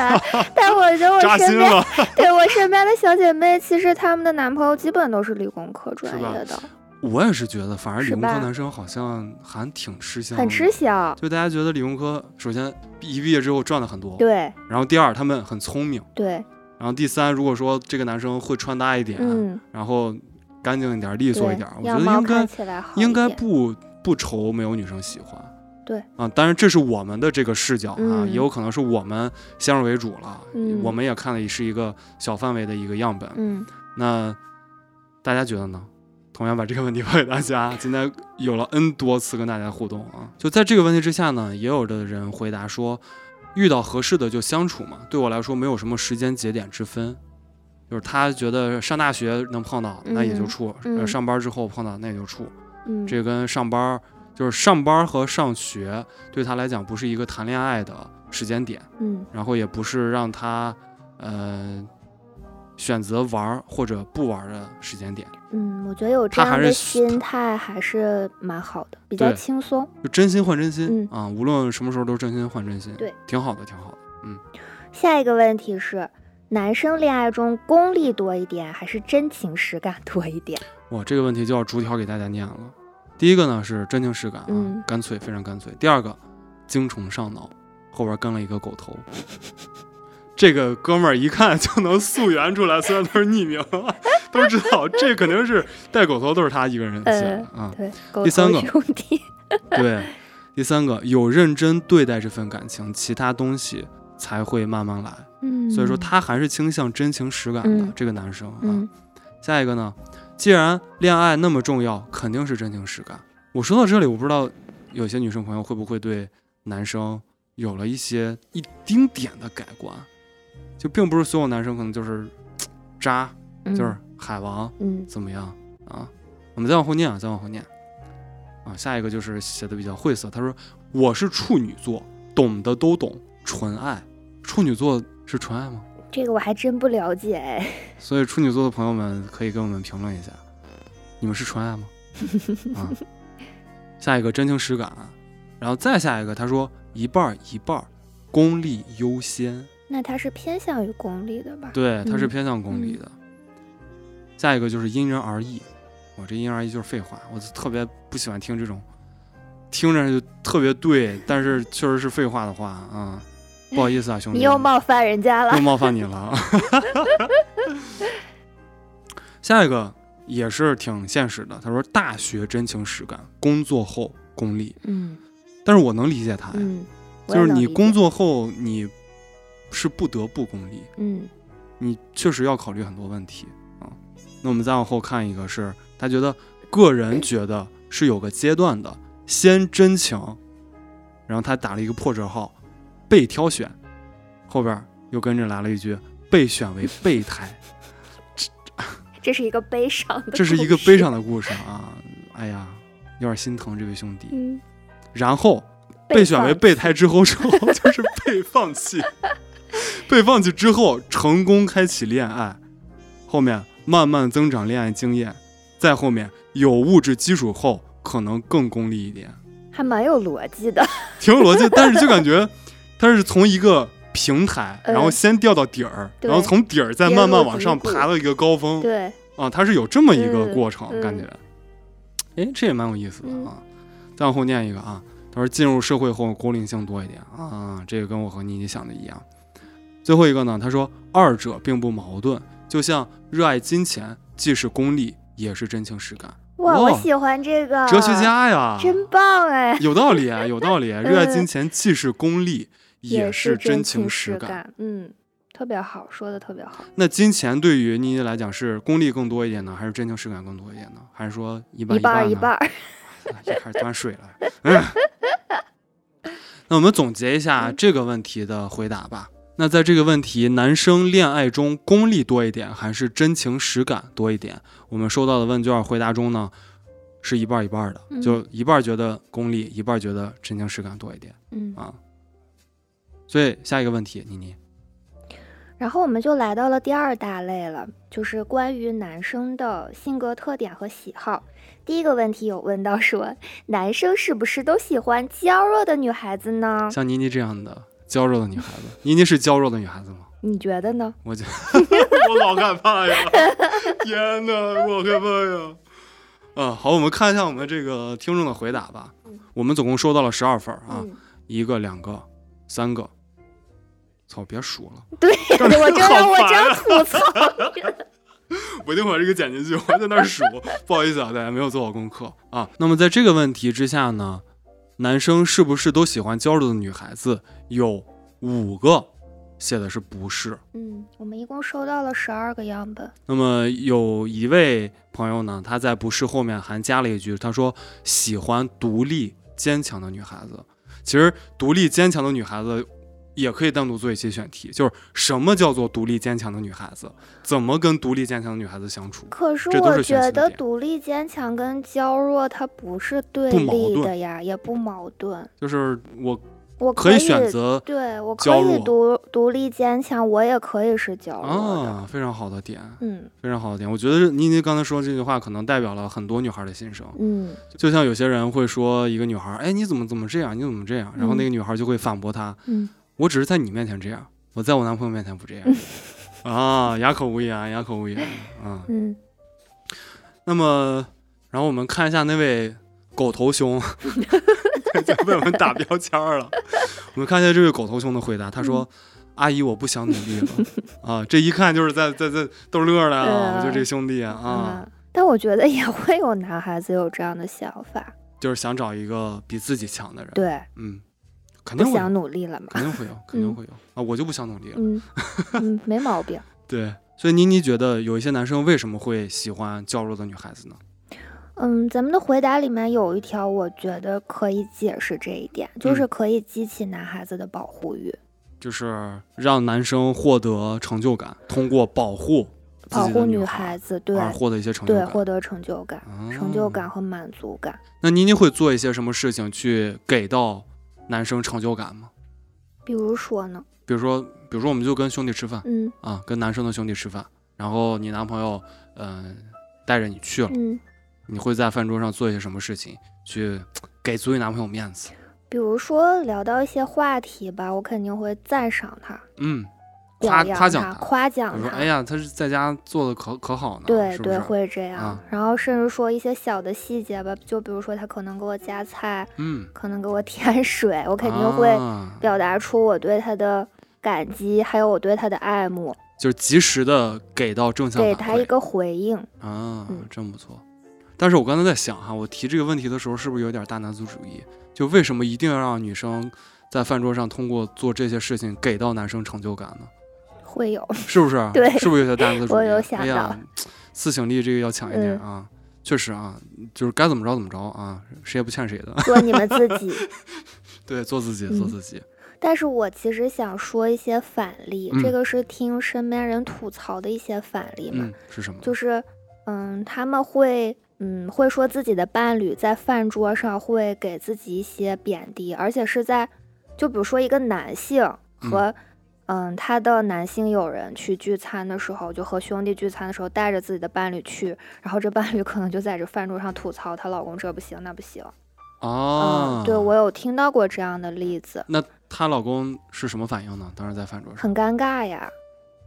[SPEAKER 1] 啊， <laughs>
[SPEAKER 2] 但我觉得我
[SPEAKER 1] 扎
[SPEAKER 2] 身
[SPEAKER 1] 心
[SPEAKER 2] 边
[SPEAKER 1] 了。 <laughs>
[SPEAKER 2] 对我身边的小姐妹，其实她们的男朋友基本都是理工科专
[SPEAKER 1] 是吧
[SPEAKER 2] 业的，
[SPEAKER 1] 我也是觉得，反而理
[SPEAKER 2] 是
[SPEAKER 1] 工科
[SPEAKER 2] 吧
[SPEAKER 1] 男生好像还挺吃香，
[SPEAKER 2] 很吃。香。
[SPEAKER 1] 就大家觉得理工科，首先一毕业之后赚的很多，
[SPEAKER 2] 对
[SPEAKER 1] 然后第二他们很聪明，
[SPEAKER 2] 对，
[SPEAKER 1] 然后第三如果说这个男生会穿搭一点，
[SPEAKER 2] 嗯，
[SPEAKER 1] 然后干净一点、利
[SPEAKER 2] 对，
[SPEAKER 1] 啊索一点，我觉
[SPEAKER 2] 样
[SPEAKER 1] 得
[SPEAKER 2] 貌
[SPEAKER 1] 应该
[SPEAKER 2] 看起来好一
[SPEAKER 1] 应该
[SPEAKER 2] 点
[SPEAKER 1] 不不愁没有女生喜欢。
[SPEAKER 2] 对
[SPEAKER 1] 啊，当然这是我们的这个视角啊，
[SPEAKER 2] 嗯
[SPEAKER 1] 也有可能是我们先入为主了，
[SPEAKER 2] 嗯
[SPEAKER 1] 我们也看的是一个小范围的一个样本。
[SPEAKER 2] 嗯，
[SPEAKER 1] 那大家觉得呢？同样把这个问题 <laughs> 问给大家，啊今天有了 n 多次跟大家互动啊，就在这个问题之下呢，也有的人回答说，遇到合适的就相处嘛，对我来说没有什么时间节点之分，就是他觉得上大学能碰到，那也就
[SPEAKER 2] 嗯
[SPEAKER 1] 处；
[SPEAKER 2] 嗯
[SPEAKER 1] 呃上班之后碰到，那也就处。
[SPEAKER 2] 嗯
[SPEAKER 1] 这跟上班儿就是上班儿和上学对他来讲不是一个谈恋爱的时间点，
[SPEAKER 2] 嗯
[SPEAKER 1] 然后也不是让他呃选择玩儿或者不玩儿的时间点，
[SPEAKER 2] 嗯，我觉得有这
[SPEAKER 1] 她还
[SPEAKER 2] 样
[SPEAKER 1] 是
[SPEAKER 2] 的
[SPEAKER 1] 喜
[SPEAKER 2] 心态还是蛮好的，比较
[SPEAKER 1] 对
[SPEAKER 2] 轻松。
[SPEAKER 1] 就真心换真心、
[SPEAKER 2] 嗯
[SPEAKER 1] 啊，无论什么时候都真心换真心，
[SPEAKER 2] 对，
[SPEAKER 1] 挺好的，挺好的。
[SPEAKER 2] 下一个问题是，男生恋爱中功利多一点，还是真情实感多一点？
[SPEAKER 1] 哇，这个问题就要逐条给大家念了。第一个呢是真情实感啊，
[SPEAKER 2] 嗯
[SPEAKER 1] 干脆非常干脆。第二个精虫上脑，后边跟了一个狗头。这个哥们儿一看就能溯源出来，虽然都是匿名，都知道这肯定是带狗头，都是他一个人写的啊。 <laughs>
[SPEAKER 2] 对，狗
[SPEAKER 1] 第三
[SPEAKER 2] 头
[SPEAKER 1] 个
[SPEAKER 2] 兄
[SPEAKER 1] <laughs>
[SPEAKER 2] 弟，
[SPEAKER 1] 对，第三个有认真对待这份感情，其他东西才会慢慢来。
[SPEAKER 2] 嗯，
[SPEAKER 1] 所以说，他还是倾向真情实感的、
[SPEAKER 2] 嗯
[SPEAKER 1] 这个男生啊。
[SPEAKER 2] 嗯
[SPEAKER 1] 下一个呢，既然恋爱那么重要，肯定是真情实感。我说到这里，我不知道有些女生朋友会不会对男生有了一些一丁点的改观？就并不是所有男生可能就是嘖渣，
[SPEAKER 2] 嗯
[SPEAKER 1] 就是海王
[SPEAKER 2] 嗯
[SPEAKER 1] 怎么样啊？我们再往后念啊，再往后念啊。下一个就是写的比较晦涩，他说我是处女座，懂的都懂，纯爱。处女座是纯爱吗？
[SPEAKER 2] 这个我还真不了解哎。
[SPEAKER 1] 所以处女座的朋友们可以给我们评论一下，你们是纯
[SPEAKER 2] <laughs>
[SPEAKER 1] 爱吗？啊，下一个真情实感，啊然后再下一个，他说一半儿一半儿，功利优先，
[SPEAKER 2] 那他是偏向于功利的吧？
[SPEAKER 1] 对，他是
[SPEAKER 2] 嗯
[SPEAKER 1] 偏向功利的。下一个就是因人而异，我这因人而异就是废话，我就特别不喜欢听这种听着就特别对，但是确实是废话的话啊、不好意思啊，兄弟，
[SPEAKER 2] 你又冒犯人家了
[SPEAKER 1] 又。冒犯你
[SPEAKER 2] <laughs>
[SPEAKER 1] 了。下一个也是挺现实的，他说大学真情实感，工作后功利，
[SPEAKER 2] 嗯
[SPEAKER 1] 但是我能理解他呀，
[SPEAKER 2] 嗯，我
[SPEAKER 1] 就
[SPEAKER 2] 也
[SPEAKER 1] 是
[SPEAKER 2] 能
[SPEAKER 1] 你
[SPEAKER 2] 理
[SPEAKER 1] 工
[SPEAKER 2] 解，
[SPEAKER 1] 作后你是不得不功利，
[SPEAKER 2] 嗯
[SPEAKER 1] 你确实要考虑很多问题啊。那我们再往后看一个是，他觉得个人觉得是有个阶段的，先真情，然后他打了一个破折号，被挑选，后边又跟着来了一句被选为备胎，
[SPEAKER 2] 这是一个悲伤的，
[SPEAKER 1] 这是一个悲。伤的故事啊！哎呀，有点心疼这位兄弟。
[SPEAKER 2] 嗯，
[SPEAKER 1] 然后被选为
[SPEAKER 2] 放
[SPEAKER 1] 备
[SPEAKER 2] 弃
[SPEAKER 1] 胎之后，之后
[SPEAKER 2] <laughs>
[SPEAKER 1] 就是被放弃，被放弃之后成功开启恋爱，后面慢慢增长恋爱经验，再后面有物质基础后，可能更功利一点，
[SPEAKER 2] 还蛮有逻辑的。
[SPEAKER 1] 挺有逻辑，但是就感觉他是从一个。平台，
[SPEAKER 2] 嗯
[SPEAKER 1] 然后先掉到底儿，
[SPEAKER 2] 对
[SPEAKER 1] 然后从底儿再
[SPEAKER 2] 跌
[SPEAKER 1] 慢慢
[SPEAKER 2] 落
[SPEAKER 1] 往
[SPEAKER 2] 谷
[SPEAKER 1] 上
[SPEAKER 2] 谷
[SPEAKER 1] 爬到一个高峰，
[SPEAKER 2] 对，
[SPEAKER 1] 啊，它是有这么一个
[SPEAKER 2] 嗯
[SPEAKER 1] 过程，感
[SPEAKER 2] 嗯
[SPEAKER 1] 觉，哎，这也蛮有意思的
[SPEAKER 2] 嗯
[SPEAKER 1] 啊。再往后念一个啊，他说进入社会后功利性多一点啊，这个跟我和妮妮想的一样。最后一个呢，他说二者并不矛盾，就像热爱金钱既是功利也是真情实感，
[SPEAKER 2] 哇，
[SPEAKER 1] 哇
[SPEAKER 2] 我喜欢这个
[SPEAKER 1] 哦哲学、家呀，
[SPEAKER 2] 啊真棒哎，
[SPEAKER 1] 有道理啊，有道理啊。热爱金
[SPEAKER 2] 嗯
[SPEAKER 1] 钱既是功利也
[SPEAKER 2] 是
[SPEAKER 1] 真
[SPEAKER 2] 情
[SPEAKER 1] 实
[SPEAKER 2] 感。嗯，特别好，说的特别好，
[SPEAKER 1] 那金钱对于妮妮来讲是功利更多一点呢，还是真情实感更多一点呢？还是说一半
[SPEAKER 2] 一半儿一
[SPEAKER 1] 呢
[SPEAKER 2] 半儿。
[SPEAKER 1] 啊就开始端水了。嗯，那我们总结一下
[SPEAKER 2] 嗯
[SPEAKER 1] 这个问题的回答吧。那在这个问题，男生恋爱中功利多一点，还是真情实感多一点？我们收到的问卷回答中呢，是一半儿一半儿的，
[SPEAKER 2] 嗯
[SPEAKER 1] 就一半儿觉得功利，一半儿觉得真情实感多一点
[SPEAKER 2] 嗯，
[SPEAKER 1] 啊。所以下一个问题，妮妮，
[SPEAKER 2] 然后我们就来到了第二大类了，就是关于男生的性格特点和喜好。第一个问题有问到说，男生是不是都喜欢娇弱的女孩子呢？
[SPEAKER 1] 像妮妮这样的娇弱的女孩子，妮妮是娇弱的女孩子吗？
[SPEAKER 2] 你觉得呢？
[SPEAKER 1] 我就 <laughs> 我老害怕呀！天哪，我害怕呀！啊，好，我们看一下我们这个听众的回答吧。我们总共收到了十二份儿啊，
[SPEAKER 2] 嗯，
[SPEAKER 1] 一个、两个、三个。操，别数了，
[SPEAKER 2] <laughs>
[SPEAKER 1] <laughs>
[SPEAKER 2] 对，
[SPEAKER 1] 感觉
[SPEAKER 2] 我真
[SPEAKER 1] 好
[SPEAKER 2] 的我
[SPEAKER 1] 烦
[SPEAKER 2] 真
[SPEAKER 1] 啊
[SPEAKER 2] 吐槽。
[SPEAKER 1] 我一定会把这个剪进去。我在那儿数， <laughs> 不好意思啊，大家没有做好功课啊。那么在这个问题之下呢，男生是不是都喜欢娇弱的女孩子？有五个写的是不是，
[SPEAKER 2] 嗯，我们一共收到了十二个样本。
[SPEAKER 1] 那么有一位朋友呢，他在不是后面还加了一句，他说喜欢独立坚强的女孩子。其实独立坚强的女孩子也可以单独做一期选题，就是什么叫做独立坚强的女孩子，怎么跟独立坚强的女孩子相处。
[SPEAKER 2] 可是
[SPEAKER 1] 这都
[SPEAKER 2] 我
[SPEAKER 1] 是选
[SPEAKER 2] 觉
[SPEAKER 1] 择的
[SPEAKER 2] 得
[SPEAKER 1] 点
[SPEAKER 2] 独立坚强跟娇弱它不是对
[SPEAKER 1] 不矛
[SPEAKER 2] 立的
[SPEAKER 1] 盾
[SPEAKER 2] 呀，也不矛盾。
[SPEAKER 1] 就是我
[SPEAKER 2] 我
[SPEAKER 1] 可以
[SPEAKER 2] 以
[SPEAKER 1] 选，择
[SPEAKER 2] 对我可
[SPEAKER 1] 娇
[SPEAKER 2] 以
[SPEAKER 1] 弱
[SPEAKER 2] 独独立坚强，我也可以是娇弱的。
[SPEAKER 1] 啊，非常好的点，
[SPEAKER 2] 嗯
[SPEAKER 1] 非常好的点。我觉得妮妮刚才说这句话，可能代表了很多女孩的心声。
[SPEAKER 2] 嗯
[SPEAKER 1] 就像有些人会说一个女孩，哎，你怎么怎么这样，你怎么这样，然后那个女孩就会反驳他，
[SPEAKER 2] 嗯，
[SPEAKER 1] 我只是在你面前这样，我在我男朋友面前不这样。
[SPEAKER 2] <laughs>
[SPEAKER 1] 啊，哑口无言，哑口无言啊。
[SPEAKER 2] 嗯，
[SPEAKER 1] 那么，然后我们看一下那位狗头
[SPEAKER 2] <laughs>
[SPEAKER 1] 兄，在为我们打标签儿了。我们看一下这位狗头兄的回答，他说：“
[SPEAKER 2] 嗯
[SPEAKER 1] 阿姨，我不想努力了。”啊，这一看就是在在在逗乐儿的啊，我就这兄弟啊，啊
[SPEAKER 2] 嗯但我觉得也会有男孩子有这样的想法，
[SPEAKER 1] 就是想找一个比自己强的人。
[SPEAKER 2] 对，
[SPEAKER 1] 嗯，肯
[SPEAKER 2] 不
[SPEAKER 1] 定会有
[SPEAKER 2] 想，嗯努力了嘛。
[SPEAKER 1] 肯定会有，肯定会有啊！我就不想努力了。
[SPEAKER 2] 嗯嗯，没毛病。
[SPEAKER 1] 对，所以妮妮觉得有一些男生为什么会喜欢娇弱的女孩子呢？
[SPEAKER 2] 嗯，咱们的回答里面有一条，我觉得可以解释这一点，
[SPEAKER 1] 嗯
[SPEAKER 2] 就是可以激起男孩子的保护欲，
[SPEAKER 1] 就是让男生获得成就感，通过保护自
[SPEAKER 2] 保
[SPEAKER 1] 己的
[SPEAKER 2] 护女
[SPEAKER 1] 孩
[SPEAKER 2] 孩子，对
[SPEAKER 1] 而获得一些成就
[SPEAKER 2] 对，
[SPEAKER 1] 感。嗯啊
[SPEAKER 2] 获得成就感、成就感和满足感。
[SPEAKER 1] 那妮妮会做一些什么事情去给到男生成就感吗？
[SPEAKER 2] 比如说呢，
[SPEAKER 1] 比如说，比如说我们就跟兄弟吃饭
[SPEAKER 2] 嗯
[SPEAKER 1] 啊，跟男生的兄弟吃饭，然后你男朋友嗯、呃带着你去了，
[SPEAKER 2] 嗯，
[SPEAKER 1] 你会在饭桌上做一些什么事情去给足你男朋友面子？
[SPEAKER 2] 比如说聊到一些话题吧，我肯定会赞赏他，
[SPEAKER 1] 嗯，
[SPEAKER 2] 表
[SPEAKER 1] 夸
[SPEAKER 2] 扬
[SPEAKER 1] 夸奖
[SPEAKER 2] 他，
[SPEAKER 1] 他，
[SPEAKER 2] 夸奖
[SPEAKER 1] 我说
[SPEAKER 2] 他。
[SPEAKER 1] 哎呀，他是在家做的可可好呢，
[SPEAKER 2] 对
[SPEAKER 1] 是不
[SPEAKER 2] 对，
[SPEAKER 1] 是？
[SPEAKER 2] 会这样、
[SPEAKER 1] 啊
[SPEAKER 2] 然后甚至说一些小的细节吧，就比如说他可能给我夹菜，
[SPEAKER 1] 嗯，
[SPEAKER 2] 可能给我添水，我肯定会
[SPEAKER 1] 啊、
[SPEAKER 2] 表达出我对他的感激，还有我对他的爱慕，
[SPEAKER 1] 就是及时的给到正向
[SPEAKER 2] 给
[SPEAKER 1] 反
[SPEAKER 2] 他
[SPEAKER 1] 馈
[SPEAKER 2] 一个回应。
[SPEAKER 1] 啊
[SPEAKER 2] 嗯，
[SPEAKER 1] 真不错。但是我刚才在想哈，我提这个问题的时候是不是有点大男子主义？就为什么一定要让女生在饭桌上通过做这些事情给到男生成就感呢？
[SPEAKER 2] 会有，
[SPEAKER 1] 是不是？
[SPEAKER 2] <laughs> 对
[SPEAKER 1] 是不是有些大男子主义？
[SPEAKER 2] 我有想
[SPEAKER 1] 哎
[SPEAKER 2] 到嗯
[SPEAKER 1] 呀，自省力这个要强一点啊。确实啊，就是该怎么着怎么着啊，谁也不欠谁的。 <laughs>
[SPEAKER 2] 做你们自己。
[SPEAKER 1] 对，做自己，
[SPEAKER 2] 嗯
[SPEAKER 1] 做自己。
[SPEAKER 2] 但是我其实想说一些反例，
[SPEAKER 1] 嗯
[SPEAKER 2] 这个是听身边人吐槽的一些反例嘛，
[SPEAKER 1] 嗯，是什么？
[SPEAKER 2] 就是，嗯，他们会，嗯，会说自己的伴侣在饭桌上会给自己一些贬低，而且是在，就比如说一个男性和，嗯他的男性友人去聚餐的时候，就和兄弟聚餐的时候，带着自己的伴侣去，然后这伴侣可能就在这饭桌上吐槽她老公这不行那不行，
[SPEAKER 1] 啊、
[SPEAKER 2] 嗯，对我有听到过这样的例子，
[SPEAKER 1] 那她老公是什么反应呢？当时在饭桌上，
[SPEAKER 2] 很尴尬呀。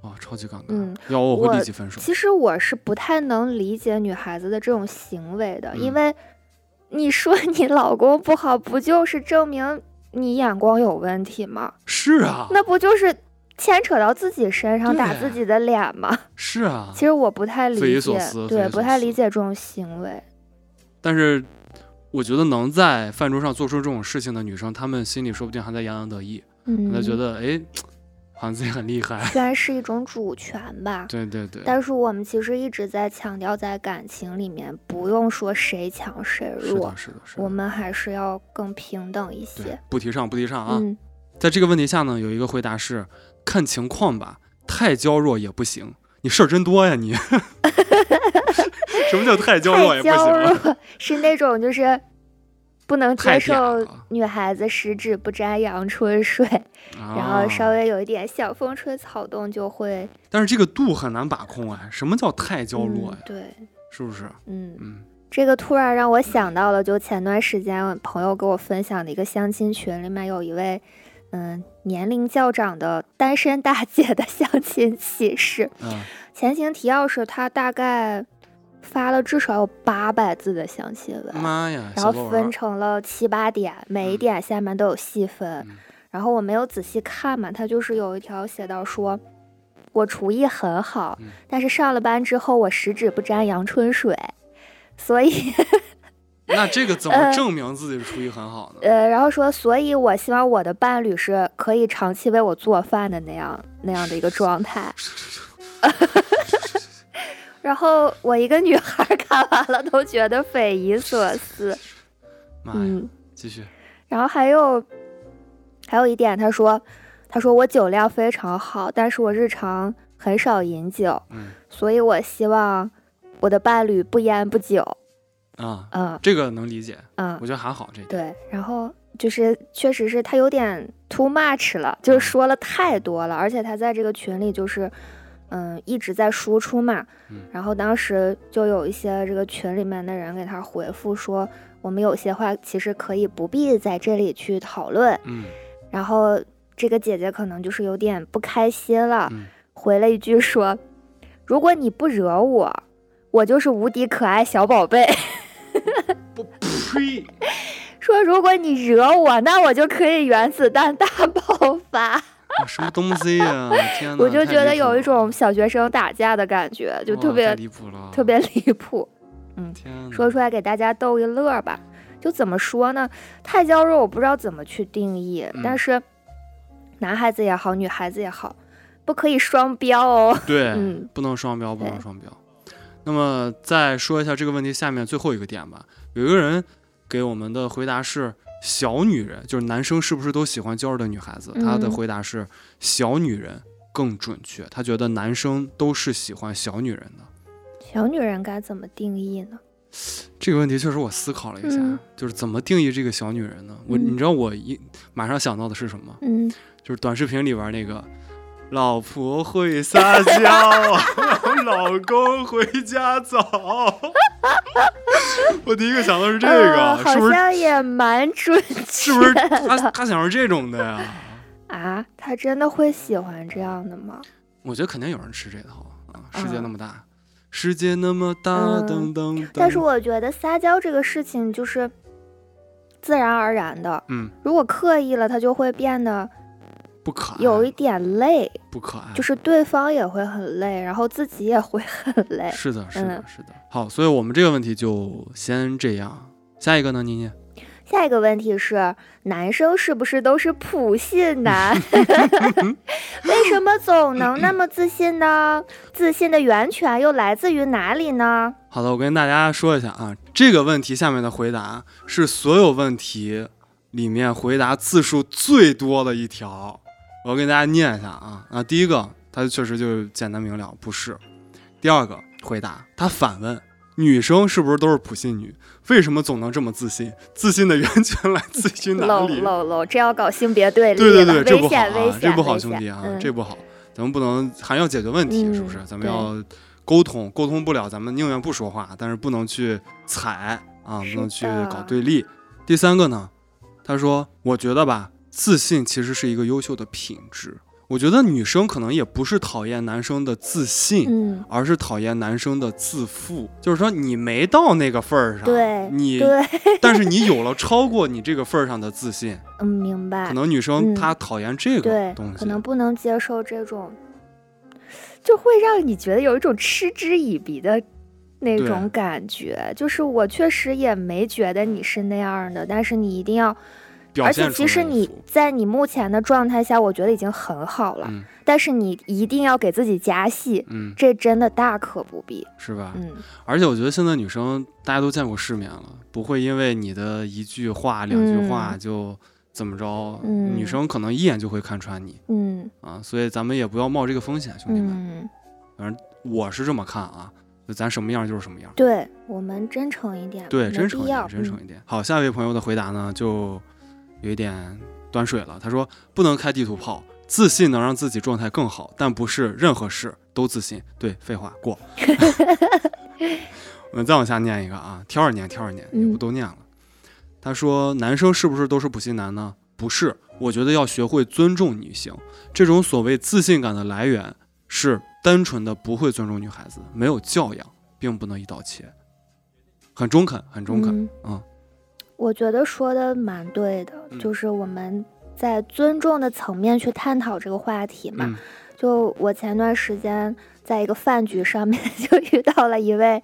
[SPEAKER 1] 哇、超级尴尬。
[SPEAKER 2] 嗯
[SPEAKER 1] 要我我
[SPEAKER 2] 我
[SPEAKER 1] 会立即分手。
[SPEAKER 2] 其实我是不太能理解女孩子的这种行为的，因
[SPEAKER 1] 嗯
[SPEAKER 2] 为你说你老公不好，不就是证明你眼光有问题吗？
[SPEAKER 1] 是啊，
[SPEAKER 2] 那不就是牵扯到自己身上，打
[SPEAKER 1] 对
[SPEAKER 2] 自己的脸
[SPEAKER 1] <laughs>
[SPEAKER 2] 吗？
[SPEAKER 1] 是啊。
[SPEAKER 2] 其实我不太
[SPEAKER 1] 匪
[SPEAKER 2] 理
[SPEAKER 1] 夷所
[SPEAKER 2] 解
[SPEAKER 1] 思，匪夷
[SPEAKER 2] 对，
[SPEAKER 1] 所
[SPEAKER 2] 不太理
[SPEAKER 1] 思
[SPEAKER 2] 解这种行为。
[SPEAKER 1] 但是我觉得能在饭桌上做出这种事情的女生，她们心里说不定还在洋洋得意，
[SPEAKER 2] 嗯，
[SPEAKER 1] 还在觉得哎，好像自己很厉
[SPEAKER 2] <laughs>
[SPEAKER 1] 害。
[SPEAKER 2] 虽然是一种主权吧，
[SPEAKER 1] 对对对，
[SPEAKER 2] 但是我们其实一直在强调，在感情里面不用说谁强谁
[SPEAKER 1] 是
[SPEAKER 2] 弱
[SPEAKER 1] 的，，是的，是
[SPEAKER 2] 我
[SPEAKER 1] 的。
[SPEAKER 2] 们还是要更平等一
[SPEAKER 1] 对
[SPEAKER 2] 些。，
[SPEAKER 1] 不提倡，不提倡啊！
[SPEAKER 2] 嗯，
[SPEAKER 1] 在这个问题下呢，有一个回答是看情况吧，太娇弱也不行。你事儿真多呀
[SPEAKER 2] <laughs>
[SPEAKER 1] 你！什么叫太 <laughs> 娇弱
[SPEAKER 2] 太
[SPEAKER 1] 也不
[SPEAKER 2] 娇
[SPEAKER 1] 行？啊
[SPEAKER 2] 弱是那种就是不能接
[SPEAKER 1] 太嗲
[SPEAKER 2] 受
[SPEAKER 1] 了
[SPEAKER 2] 女孩子十指不沾阳春水，然后稍
[SPEAKER 1] 啊，
[SPEAKER 2] 微有一点小风吹草动就会
[SPEAKER 1] 但是这个度很难把控哎。什么叫太娇弱
[SPEAKER 2] 嗯
[SPEAKER 1] 呀？
[SPEAKER 2] 对，
[SPEAKER 1] 是不是？
[SPEAKER 2] 嗯，
[SPEAKER 1] 嗯
[SPEAKER 2] 这个突然让我想到了，就前段时间我朋友给我分享的一个相亲群，里面有一位。嗯，年龄较长的单身大姐的相亲启事，
[SPEAKER 1] 嗯，
[SPEAKER 2] 前情提要是她大概发了至少有八百字的相亲文，
[SPEAKER 1] 妈呀！
[SPEAKER 2] 然
[SPEAKER 1] 小作
[SPEAKER 2] 后
[SPEAKER 1] 文
[SPEAKER 2] 分成了七八点，每
[SPEAKER 1] 嗯
[SPEAKER 2] 一点下面都有细分。
[SPEAKER 1] 嗯
[SPEAKER 2] 然后我没有仔细看嘛，它就是有一条写到说，我厨艺很好，
[SPEAKER 1] 嗯
[SPEAKER 2] 但是上了班之后我十指不沾阳春水，所以
[SPEAKER 1] 那这个怎么证明自己的厨艺很好呢？
[SPEAKER 2] 呃，然后说，所以我希望我的伴侣是可以长期为我做饭的那样那样的一个状态。 <laughs> 然后我一个女孩儿看完了都觉得匪夷所思，
[SPEAKER 1] 妈哎呀，
[SPEAKER 2] 嗯。
[SPEAKER 1] 继续，
[SPEAKER 2] 然后还有还有一点，他说他说我酒量非常好，但是我日常很少饮酒，
[SPEAKER 1] 嗯
[SPEAKER 2] 所以我希望我的伴侣不烟不酒。
[SPEAKER 1] 啊，
[SPEAKER 2] 嗯
[SPEAKER 1] 这个能理解，
[SPEAKER 2] 嗯
[SPEAKER 1] 我，觉得还好这点。
[SPEAKER 2] 对。然后就是确实是他有点 too much 了，就是
[SPEAKER 1] 嗯
[SPEAKER 2] 说了太多了，而且他在这个群里就是。嗯，一直在输出嘛
[SPEAKER 1] 嗯，
[SPEAKER 2] 然后当时就有一些这个群里面的人给他回复说，我们有些话其实可以不必在这里去讨论，
[SPEAKER 1] 嗯
[SPEAKER 2] 然后这个姐姐可能就是有点不开心了，
[SPEAKER 1] 嗯
[SPEAKER 2] 回了一句说：“如果你不惹我，我就是无敌可爱小宝贝。 <laughs>
[SPEAKER 1] 不呸，
[SPEAKER 2] 说如果你惹我，那我就可以原子弹大爆发。
[SPEAKER 1] 啊什么东西呀？天哪！
[SPEAKER 2] 我就
[SPEAKER 1] 太
[SPEAKER 2] 觉得
[SPEAKER 1] 离谱
[SPEAKER 2] 有一
[SPEAKER 1] 了
[SPEAKER 2] 种小学生打架的感觉，就
[SPEAKER 1] 哇
[SPEAKER 2] 特别
[SPEAKER 1] 太离谱了，
[SPEAKER 2] 特别离谱。
[SPEAKER 1] 天哪
[SPEAKER 2] 说出来给大家逗一乐儿吧。就怎么说呢？太娇弱，我不知道怎么去定义，
[SPEAKER 1] 嗯
[SPEAKER 2] 但是男孩子也好，女孩子也好，不可以双标哦。
[SPEAKER 1] 对，
[SPEAKER 2] 嗯
[SPEAKER 1] 不能双标，不能
[SPEAKER 2] 对
[SPEAKER 1] 双标。那么再说一下这个问题下面最后一个点吧。有一个人给我们的回答是“小女人”，就是男生是不是都喜欢娇弱的女孩子？他的
[SPEAKER 2] 嗯
[SPEAKER 1] 回答是“小女人”更准确，他觉得男生都是喜欢小女人的。
[SPEAKER 2] 小女人该怎么定义呢？
[SPEAKER 1] 这个问题确实我思考了一下，
[SPEAKER 2] 嗯
[SPEAKER 1] 就是怎么定义这个小女人呢？我、
[SPEAKER 2] 嗯
[SPEAKER 1] 你知道我一马上想到的是什么吗？
[SPEAKER 2] 嗯，
[SPEAKER 1] 就是短视频里边那个。老婆会撒娇， <laughs> 老公回家早。 <laughs> 我第一个想到是这个，
[SPEAKER 2] 啊
[SPEAKER 1] 是不
[SPEAKER 2] 好
[SPEAKER 1] 是？
[SPEAKER 2] 像也蛮准
[SPEAKER 1] 是
[SPEAKER 2] 确
[SPEAKER 1] 不是他他想是这种的呀？
[SPEAKER 2] 啊？他真的会喜欢这样的吗？
[SPEAKER 1] 我觉得肯定有人吃这套啊！世界
[SPEAKER 2] 嗯
[SPEAKER 1] 那么大，世界那么大，
[SPEAKER 2] 嗯
[SPEAKER 1] 噔噔噔。
[SPEAKER 2] 但是我觉得撒娇这个事情就是自然而然的，
[SPEAKER 1] 嗯，
[SPEAKER 2] 如果刻意了，它就会变得
[SPEAKER 1] 不可爱，
[SPEAKER 2] 有一点累，
[SPEAKER 1] 不可爱，
[SPEAKER 2] 就是对方也会很累，然后自己也会很累。
[SPEAKER 1] 是的，是的，
[SPEAKER 2] 嗯
[SPEAKER 1] 是的。好，所以我们这个问题就先这样。下一个呢，妮妮？
[SPEAKER 2] 下一个问题是，男生是不是都是普
[SPEAKER 1] <laughs>
[SPEAKER 2] 信男？为什么总能那么自
[SPEAKER 1] <laughs>
[SPEAKER 2] 信呢？自信的源泉又来自于哪里呢？
[SPEAKER 1] 好的，我跟大家说一下啊，这个问题下面的回答是所有问题里面回答字数最多的一条。我给大家念一下啊啊，第一个，它确实就是简单明了，不是。第二个回答，他反问女生是不是都是普信女？为什么总能这么自信？自信的源泉来自于哪
[SPEAKER 2] 喽
[SPEAKER 1] 里？
[SPEAKER 2] 喽喽，这要搞性别对立
[SPEAKER 1] 对对对，
[SPEAKER 2] 了，
[SPEAKER 1] 这不好
[SPEAKER 2] 危险危
[SPEAKER 1] 啊，
[SPEAKER 2] 险，
[SPEAKER 1] 这不好，
[SPEAKER 2] 危
[SPEAKER 1] 兄
[SPEAKER 2] 险
[SPEAKER 1] 弟啊，
[SPEAKER 2] 嗯、
[SPEAKER 1] 这不好，咱们不能还要解决问题，是不是？
[SPEAKER 2] 嗯
[SPEAKER 1] 咱们要沟通，沟通不了，咱们宁愿不说话，但是不能去踩啊，
[SPEAKER 2] 是
[SPEAKER 1] 不能去
[SPEAKER 2] 的
[SPEAKER 1] 搞对立。第三个呢，他说，我觉得吧，自信其实是一个优秀的品质。我觉得女生可能也不是讨厌男生的自信，
[SPEAKER 2] 嗯，
[SPEAKER 1] 而是讨厌男生的自负。就是说，你没到那个份儿上，
[SPEAKER 2] 对
[SPEAKER 1] 你，
[SPEAKER 2] 对，
[SPEAKER 1] 但是你有了超过你这个份儿上的自信，
[SPEAKER 2] 嗯，明白
[SPEAKER 1] 可。能女生
[SPEAKER 2] 嗯
[SPEAKER 1] 她讨厌这个
[SPEAKER 2] 对
[SPEAKER 1] 东，西啊
[SPEAKER 2] 可，能不能接受这种，就会让你觉得有一种嗤之以鼻的那
[SPEAKER 1] 对
[SPEAKER 2] 种感觉。就是我确实也没觉得你是那样的，但是你一定要，
[SPEAKER 1] 表
[SPEAKER 2] 而且
[SPEAKER 1] 现出
[SPEAKER 2] 其
[SPEAKER 1] 来
[SPEAKER 2] 实
[SPEAKER 1] 的
[SPEAKER 2] 你
[SPEAKER 1] 服
[SPEAKER 2] 在你目前的状态下，我觉得已经很好了，
[SPEAKER 1] 嗯
[SPEAKER 2] 但是你一定要给自己加戏，
[SPEAKER 1] 嗯，
[SPEAKER 2] 这真的大可不必。
[SPEAKER 1] 是吧？
[SPEAKER 2] 嗯，
[SPEAKER 1] 而且我觉得现在女生大家都见过世面了，不会因为你的一句话、两句话
[SPEAKER 2] 嗯
[SPEAKER 1] 就怎么着，
[SPEAKER 2] 嗯
[SPEAKER 1] 女生可能一眼就会看穿你
[SPEAKER 2] 嗯
[SPEAKER 1] 啊，所以咱们也不要冒这个风险，兄弟们，
[SPEAKER 2] 嗯，
[SPEAKER 1] 我是这么看啊，就咱什么样就是什么样。
[SPEAKER 2] 对我们真诚一点，
[SPEAKER 1] 对，
[SPEAKER 2] 没
[SPEAKER 1] 真诚
[SPEAKER 2] 必
[SPEAKER 1] 一
[SPEAKER 2] 要
[SPEAKER 1] 点，真诚
[SPEAKER 2] 嗯
[SPEAKER 1] 一点。好，下一位朋友的回答呢，就有一点端水了。他说：“不能开地图炮，自信能让自己状态更好，但不是任何事都自信。”对，废话，过。 <laughs> 我们再往下念一个啊，挑着念，挑着念，也不
[SPEAKER 2] 嗯
[SPEAKER 1] 都念了。他说：“男生是不是都是普信男呢？不是，我觉得要学会尊重女性。这种所谓自信感的来源是单纯的不会尊重女孩子，没有教养，并不能一刀切。”很中肯，很中肯。
[SPEAKER 2] 嗯
[SPEAKER 1] 嗯
[SPEAKER 2] 我觉得说的蛮对的，
[SPEAKER 1] 嗯
[SPEAKER 2] 就是我们在尊重的层面去探讨这个话题嘛。
[SPEAKER 1] 嗯
[SPEAKER 2] 就我前段时间在一个饭局上面 <laughs> 就遇到了一位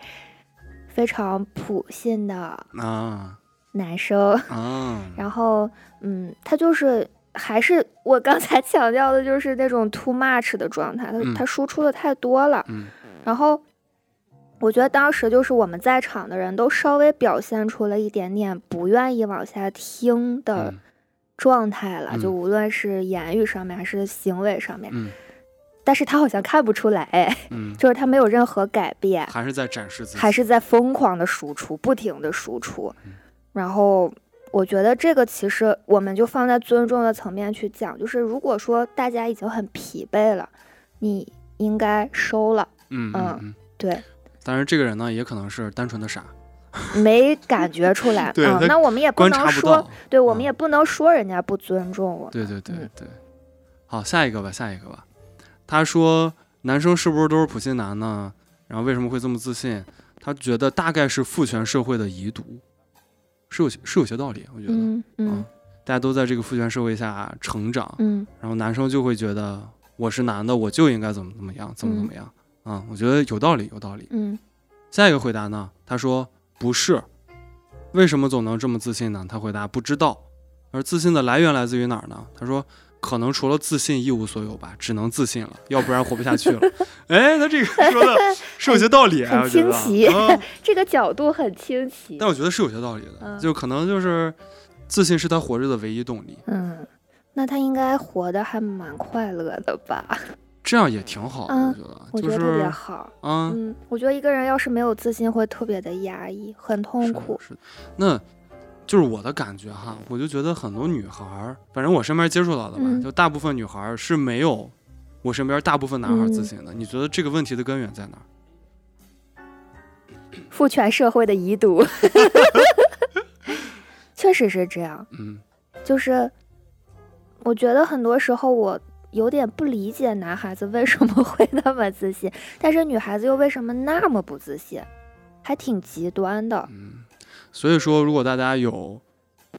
[SPEAKER 2] 非常普信的
[SPEAKER 1] 啊
[SPEAKER 2] 男生，
[SPEAKER 1] 啊，
[SPEAKER 2] 然后嗯，他就是。还是我刚才 <laughs> 强调的，就是那种 too much 的状态，他
[SPEAKER 1] 嗯
[SPEAKER 2] 他输出的太多了。
[SPEAKER 1] 嗯
[SPEAKER 2] 然后我觉得当时就是我们在场的人都稍微表现出了一点点不愿意往下听的
[SPEAKER 1] 嗯
[SPEAKER 2] 状态了，就
[SPEAKER 1] 嗯
[SPEAKER 2] 无论是言语上面还是行为上面，
[SPEAKER 1] 嗯
[SPEAKER 2] 但是他好像看不出来， <laughs> 哎，
[SPEAKER 1] 嗯，
[SPEAKER 2] 就是他没有任何改变，
[SPEAKER 1] 还是在展示自己，
[SPEAKER 2] 还是在疯狂的输出，不停的输出，
[SPEAKER 1] 嗯
[SPEAKER 2] 然后。我觉得这个其实我们就放在尊重的层面去讲，就是如果说大家已经很疲惫了，你应该收了，
[SPEAKER 1] 嗯嗯
[SPEAKER 2] 嗯
[SPEAKER 1] 嗯。
[SPEAKER 2] 对，
[SPEAKER 1] 但是这个人呢，也可能是单纯的傻，。
[SPEAKER 2] 没感觉出来
[SPEAKER 1] 对
[SPEAKER 2] 嗯
[SPEAKER 1] 他，
[SPEAKER 2] 那我们也不
[SPEAKER 1] 观察
[SPEAKER 2] 能
[SPEAKER 1] 不
[SPEAKER 2] 说，
[SPEAKER 1] 到。
[SPEAKER 2] 对我们
[SPEAKER 1] 嗯
[SPEAKER 2] 也不能说人家不尊重我。
[SPEAKER 1] 对对对
[SPEAKER 2] 嗯
[SPEAKER 1] 对。好，下一个吧，下一个吧。他说，男生是不是都是普信男呢？然后为什么会这么自信？他觉得大概是父权社会的遗毒，是有些是有些道理，我觉得。
[SPEAKER 2] 嗯
[SPEAKER 1] 嗯
[SPEAKER 2] 嗯
[SPEAKER 1] 大家都在这个父权社会下成长，
[SPEAKER 2] 嗯
[SPEAKER 1] 然后男生就会觉得我是男的，我就应该怎么怎么样，怎么怎
[SPEAKER 2] 嗯
[SPEAKER 1] 么样啊、我觉得有道理，有道理。
[SPEAKER 2] 嗯
[SPEAKER 1] 下一个回答呢？他说不是，为什么总能这么自信呢？他回答不知道。而自信的来源来自于哪儿呢？他说可能除了自信一无所有吧，只能自信了，要不然活不下
[SPEAKER 2] <laughs>
[SPEAKER 1] 去了。哎，他这个说的是有些道理、啊，
[SPEAKER 2] 很清晰、
[SPEAKER 1] 嗯，
[SPEAKER 2] 这个角度很清晰。
[SPEAKER 1] 但我觉得是有些道理的，
[SPEAKER 2] 嗯
[SPEAKER 1] 就可能就是自信是他活着的唯一动力，
[SPEAKER 2] 嗯，那他应该活得还蛮快乐的吧？
[SPEAKER 1] 这样也挺好的，
[SPEAKER 2] 嗯
[SPEAKER 1] 我
[SPEAKER 2] 我
[SPEAKER 1] 觉得
[SPEAKER 2] 觉得
[SPEAKER 1] 就
[SPEAKER 2] 特
[SPEAKER 1] 是
[SPEAKER 2] 别好。
[SPEAKER 1] 啊，
[SPEAKER 2] 嗯，我觉得一个人要是没有自信，会特别的压抑，很嗯痛
[SPEAKER 1] 是的
[SPEAKER 2] 苦。
[SPEAKER 1] 是的那就是我的感觉哈，我就觉得很多女孩儿，反正我身边接触到的吧，
[SPEAKER 2] 嗯
[SPEAKER 1] 就大部分女孩儿是没有我身边大部分男孩儿自
[SPEAKER 2] 嗯
[SPEAKER 1] 信的。你觉得这个问题的根源在哪儿？
[SPEAKER 2] 父权社会的
[SPEAKER 1] <laughs>
[SPEAKER 2] 遗毒， <laughs> 确实是这样。
[SPEAKER 1] 嗯
[SPEAKER 2] 就是我觉得很多时候我有点不理解男孩子为什么会 <laughs> 那么自信，但是女孩子又为什么那么不自信，还挺极端的。
[SPEAKER 1] 嗯，所以说如果大家有。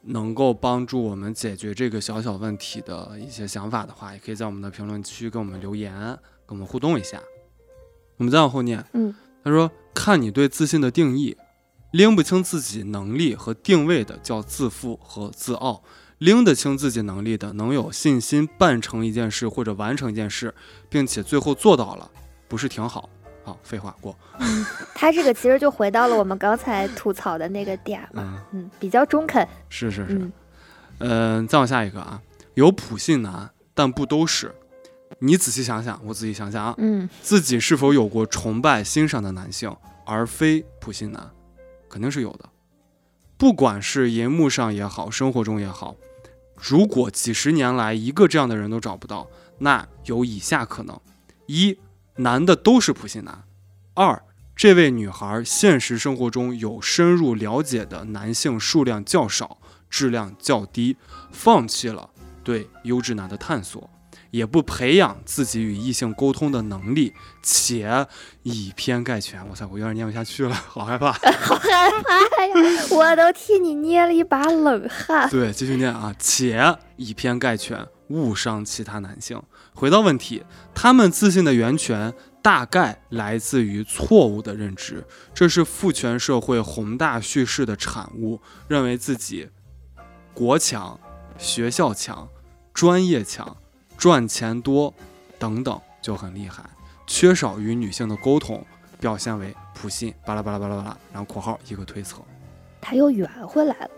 [SPEAKER 1] 能够帮助我们解决这个小小问题的一些想法的话，也可以在我们的评论区给我们留言，跟我们互动一下。我们再往后念，
[SPEAKER 2] 嗯
[SPEAKER 1] 他说：“看你对自信的定义，拎不清自己能力和定位的叫自负和自傲，拎得清自己能力的，能有信心办成一件事或者完成一件事，并且最后做到了，不是挺好？”好，废话过，
[SPEAKER 2] 他这个其实就回到了我们刚才吐槽的那个点嘛，
[SPEAKER 1] 嗯，
[SPEAKER 2] 嗯，比较中肯，
[SPEAKER 1] 是是是，
[SPEAKER 2] 嗯
[SPEAKER 1] 嗯、再往下一个啊，有普信男，但不都是。你仔细想想，我仔细想想啊，
[SPEAKER 2] 嗯， <laughs>
[SPEAKER 1] 自己是否有过崇拜、欣赏的男性，而非普信男，肯定是有的。不管是银幕上也好，生活中也好，如果几十年来一个这样的人都找不到，那有以下可能：一，男的都是普信男；二，这位女孩现实生活中有深入了解的男性数量较少，质量较低，放弃了对优质男的探索。也不培养自己与异性沟通的能力，且以偏概全。我操，我有点念不下去了，好害怕。
[SPEAKER 2] 好害怕哎呀，我都替你捏了一把冷汗。
[SPEAKER 1] 对，继续念啊，且以偏概全，误伤其他男性。回到问题，他们自信的源泉大概来自于错误的认知，这是父权社会宏大叙事的产物，认为自己国强、学校强、专业强、赚钱多等等就很厉害，缺少与女性的沟通，表现为普信，巴拉巴拉巴拉巴拉，然后括号一个推测。
[SPEAKER 2] 他又圆回来了，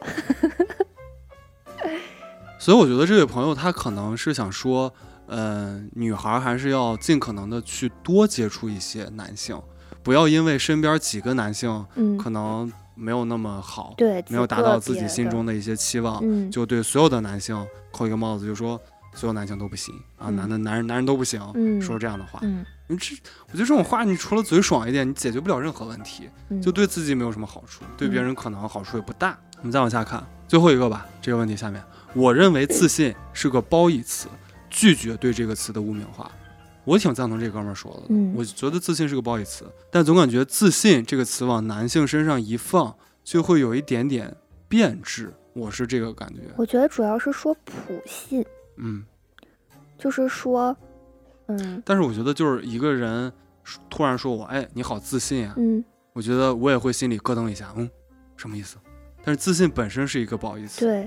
[SPEAKER 1] 所以我觉得这位朋友他可能是想说，呃，女孩还是要尽可能的去多接触一些男性，不要因为身边几个男性
[SPEAKER 2] 嗯，
[SPEAKER 1] 可能没有那么好，
[SPEAKER 2] 对，
[SPEAKER 1] 没有达到自己心，中的一些期望，
[SPEAKER 2] 嗯，
[SPEAKER 1] 就对所有的男性扣一个帽子，就说所有男性都不行啊，
[SPEAKER 2] 嗯
[SPEAKER 1] 男的男人男人都不行，
[SPEAKER 2] 嗯
[SPEAKER 1] 说这样的话，
[SPEAKER 2] 嗯
[SPEAKER 1] 你这我觉得这种话你除了嘴爽一点，你解决不了任何问题，
[SPEAKER 2] 嗯，
[SPEAKER 1] 就对自己没有什么好处，对别
[SPEAKER 2] 嗯
[SPEAKER 1] 人可能好处也不大。我们再往下看，最后一个吧，这个问题下面，我认为自信是个褒义词，拒绝对这个词的污名化。我挺赞同这哥们儿说的，
[SPEAKER 2] 嗯
[SPEAKER 1] 我觉得自信是个褒义词，但总感觉自信这个词往男性身上一放，就会有一点点变质，我是这个感觉。
[SPEAKER 2] 我觉得主要是说普信，
[SPEAKER 1] 嗯，
[SPEAKER 2] 就是说，嗯
[SPEAKER 1] 但是我觉得就是一个人突然说我，哎，你好自信啊，
[SPEAKER 2] 嗯，
[SPEAKER 1] 我觉得我也会心里咯噔一下，嗯，什么意思？但是自信本身是一个褒义词，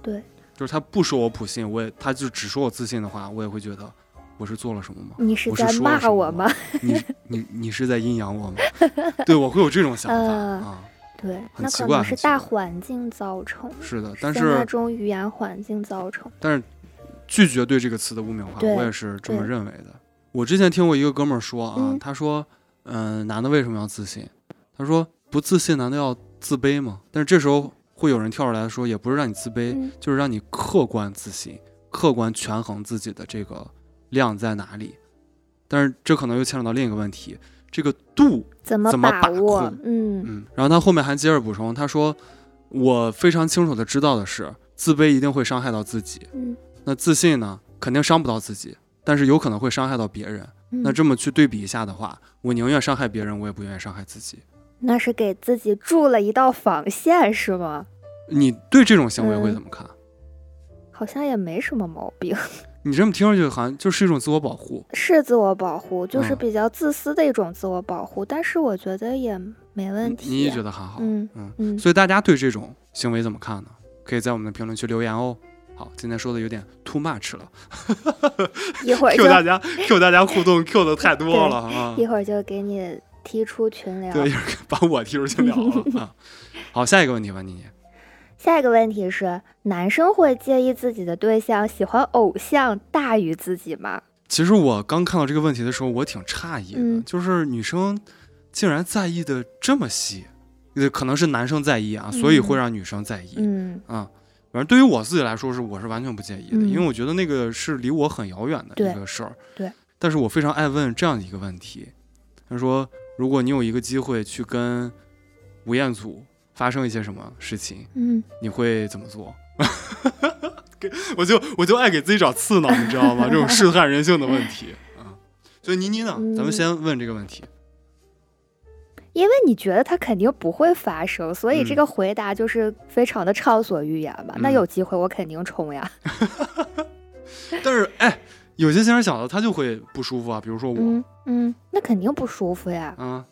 [SPEAKER 2] 对，
[SPEAKER 1] 就是他不说我普信，我也他就只说我自信的话，我也会觉得我是做了什么吗？
[SPEAKER 2] 你是
[SPEAKER 1] 我是
[SPEAKER 2] 在
[SPEAKER 1] 说了什
[SPEAKER 2] 骂
[SPEAKER 1] 么
[SPEAKER 2] 我
[SPEAKER 1] 吗
[SPEAKER 2] 吗？
[SPEAKER 1] 你你你是在阴阳我吗？ <laughs> 对，我会有这种想法
[SPEAKER 2] 呃
[SPEAKER 1] 啊，
[SPEAKER 2] 对，
[SPEAKER 1] 很
[SPEAKER 2] 那
[SPEAKER 1] 奇
[SPEAKER 2] 可
[SPEAKER 1] 怪
[SPEAKER 2] 能
[SPEAKER 1] 很
[SPEAKER 2] 是
[SPEAKER 1] 奇
[SPEAKER 2] 大
[SPEAKER 1] 怪
[SPEAKER 2] 环境造成的，
[SPEAKER 1] 是的，但
[SPEAKER 2] 像那
[SPEAKER 1] 是
[SPEAKER 2] 种语言环境造成的，
[SPEAKER 1] 但是拒绝对这个词的污名化，
[SPEAKER 2] 对
[SPEAKER 1] 我也是这么
[SPEAKER 2] 对
[SPEAKER 1] 认为的。我之前听过一个哥们儿说啊，
[SPEAKER 2] 嗯
[SPEAKER 1] 他说，嗯、男的为什么要自信？他说不自信难道要自卑吗？但是这时候会有人跳出来说，也不是让你自卑，
[SPEAKER 2] 嗯
[SPEAKER 1] 就是让你客观自信，客观权衡自己的这个量在哪里。但是这可能又牵扯到另一个问题，这个度
[SPEAKER 2] 怎么
[SPEAKER 1] 怎么把
[SPEAKER 2] 握
[SPEAKER 1] 控？
[SPEAKER 2] 嗯
[SPEAKER 1] 嗯，然后他后面还接着补充，他说：“我非常清楚的知道的是，自卑一定会伤害到自己。
[SPEAKER 2] 嗯
[SPEAKER 1] 那自信呢，肯定伤不到自己，但是有可能会伤害到别人。
[SPEAKER 2] 嗯，
[SPEAKER 1] 那这么去对比一下的话，我宁愿伤害别人，我也不愿意伤害自己。
[SPEAKER 2] 那是给自己筑了一道防线是吗？
[SPEAKER 1] 你对这种行为会
[SPEAKER 2] 嗯
[SPEAKER 1] 怎么看？
[SPEAKER 2] 好像也没什么毛病，
[SPEAKER 1] 你这么听上去好像就是一种自我保护。
[SPEAKER 2] 是自我保护，就是
[SPEAKER 1] 嗯
[SPEAKER 2] 比较自私的一种自我保护，但是我觉得也没问题。
[SPEAKER 1] 你也觉得还好？
[SPEAKER 2] 嗯
[SPEAKER 1] 嗯 <laughs>
[SPEAKER 2] 嗯
[SPEAKER 1] 所以大家对这种行为怎么看呢？可以在我们的评论区留言哦。好，今天说的有点 too much 了
[SPEAKER 2] 一会儿就
[SPEAKER 1] ，Q 大家 Q 大家互动 Q 的太多了啊。
[SPEAKER 2] 一会儿就给你踢出群聊。
[SPEAKER 1] 对，一会儿 <laughs> 把我踢出去聊了啊。好，下一个问题吧，妮妮。
[SPEAKER 2] 下一个问题是，男生会介意自己的对象喜欢偶像大于自己吗？
[SPEAKER 1] 其实我刚看到这个问题的时候，我挺诧异的，
[SPEAKER 2] 嗯
[SPEAKER 1] 就是女生竟然在意的这么细，呃，可能是男生在意啊，所以会让女生在意。
[SPEAKER 2] 嗯，
[SPEAKER 1] 啊，反正对于我自己来说是我是完全不介意的，
[SPEAKER 2] 嗯
[SPEAKER 1] 因为我觉得那个是离我很遥远的
[SPEAKER 2] 对
[SPEAKER 1] 一个事儿。
[SPEAKER 2] 对
[SPEAKER 1] 但是我非常爱问这样一个问题，他说：如果你有一个机会去跟吴彦祖发生一些什么事情，
[SPEAKER 2] 嗯，
[SPEAKER 1] 你会怎么做？ <laughs> 给我就我就爱给自己找刺挠，你知道吗？这种试探人性的问题啊。所以妮妮呢，咱们
[SPEAKER 2] 嗯
[SPEAKER 1] 先问这个问题。
[SPEAKER 2] 因为你觉得他肯定不会发生，所以
[SPEAKER 1] 嗯
[SPEAKER 2] 这个回答就是非常的畅所欲言吧。
[SPEAKER 1] 嗯
[SPEAKER 2] 那有机会我肯定冲呀。
[SPEAKER 1] 但是哎，有些先生想的他就会不舒服啊，比如说我、
[SPEAKER 2] 嗯嗯，那肯定不舒服呀，
[SPEAKER 1] 啊，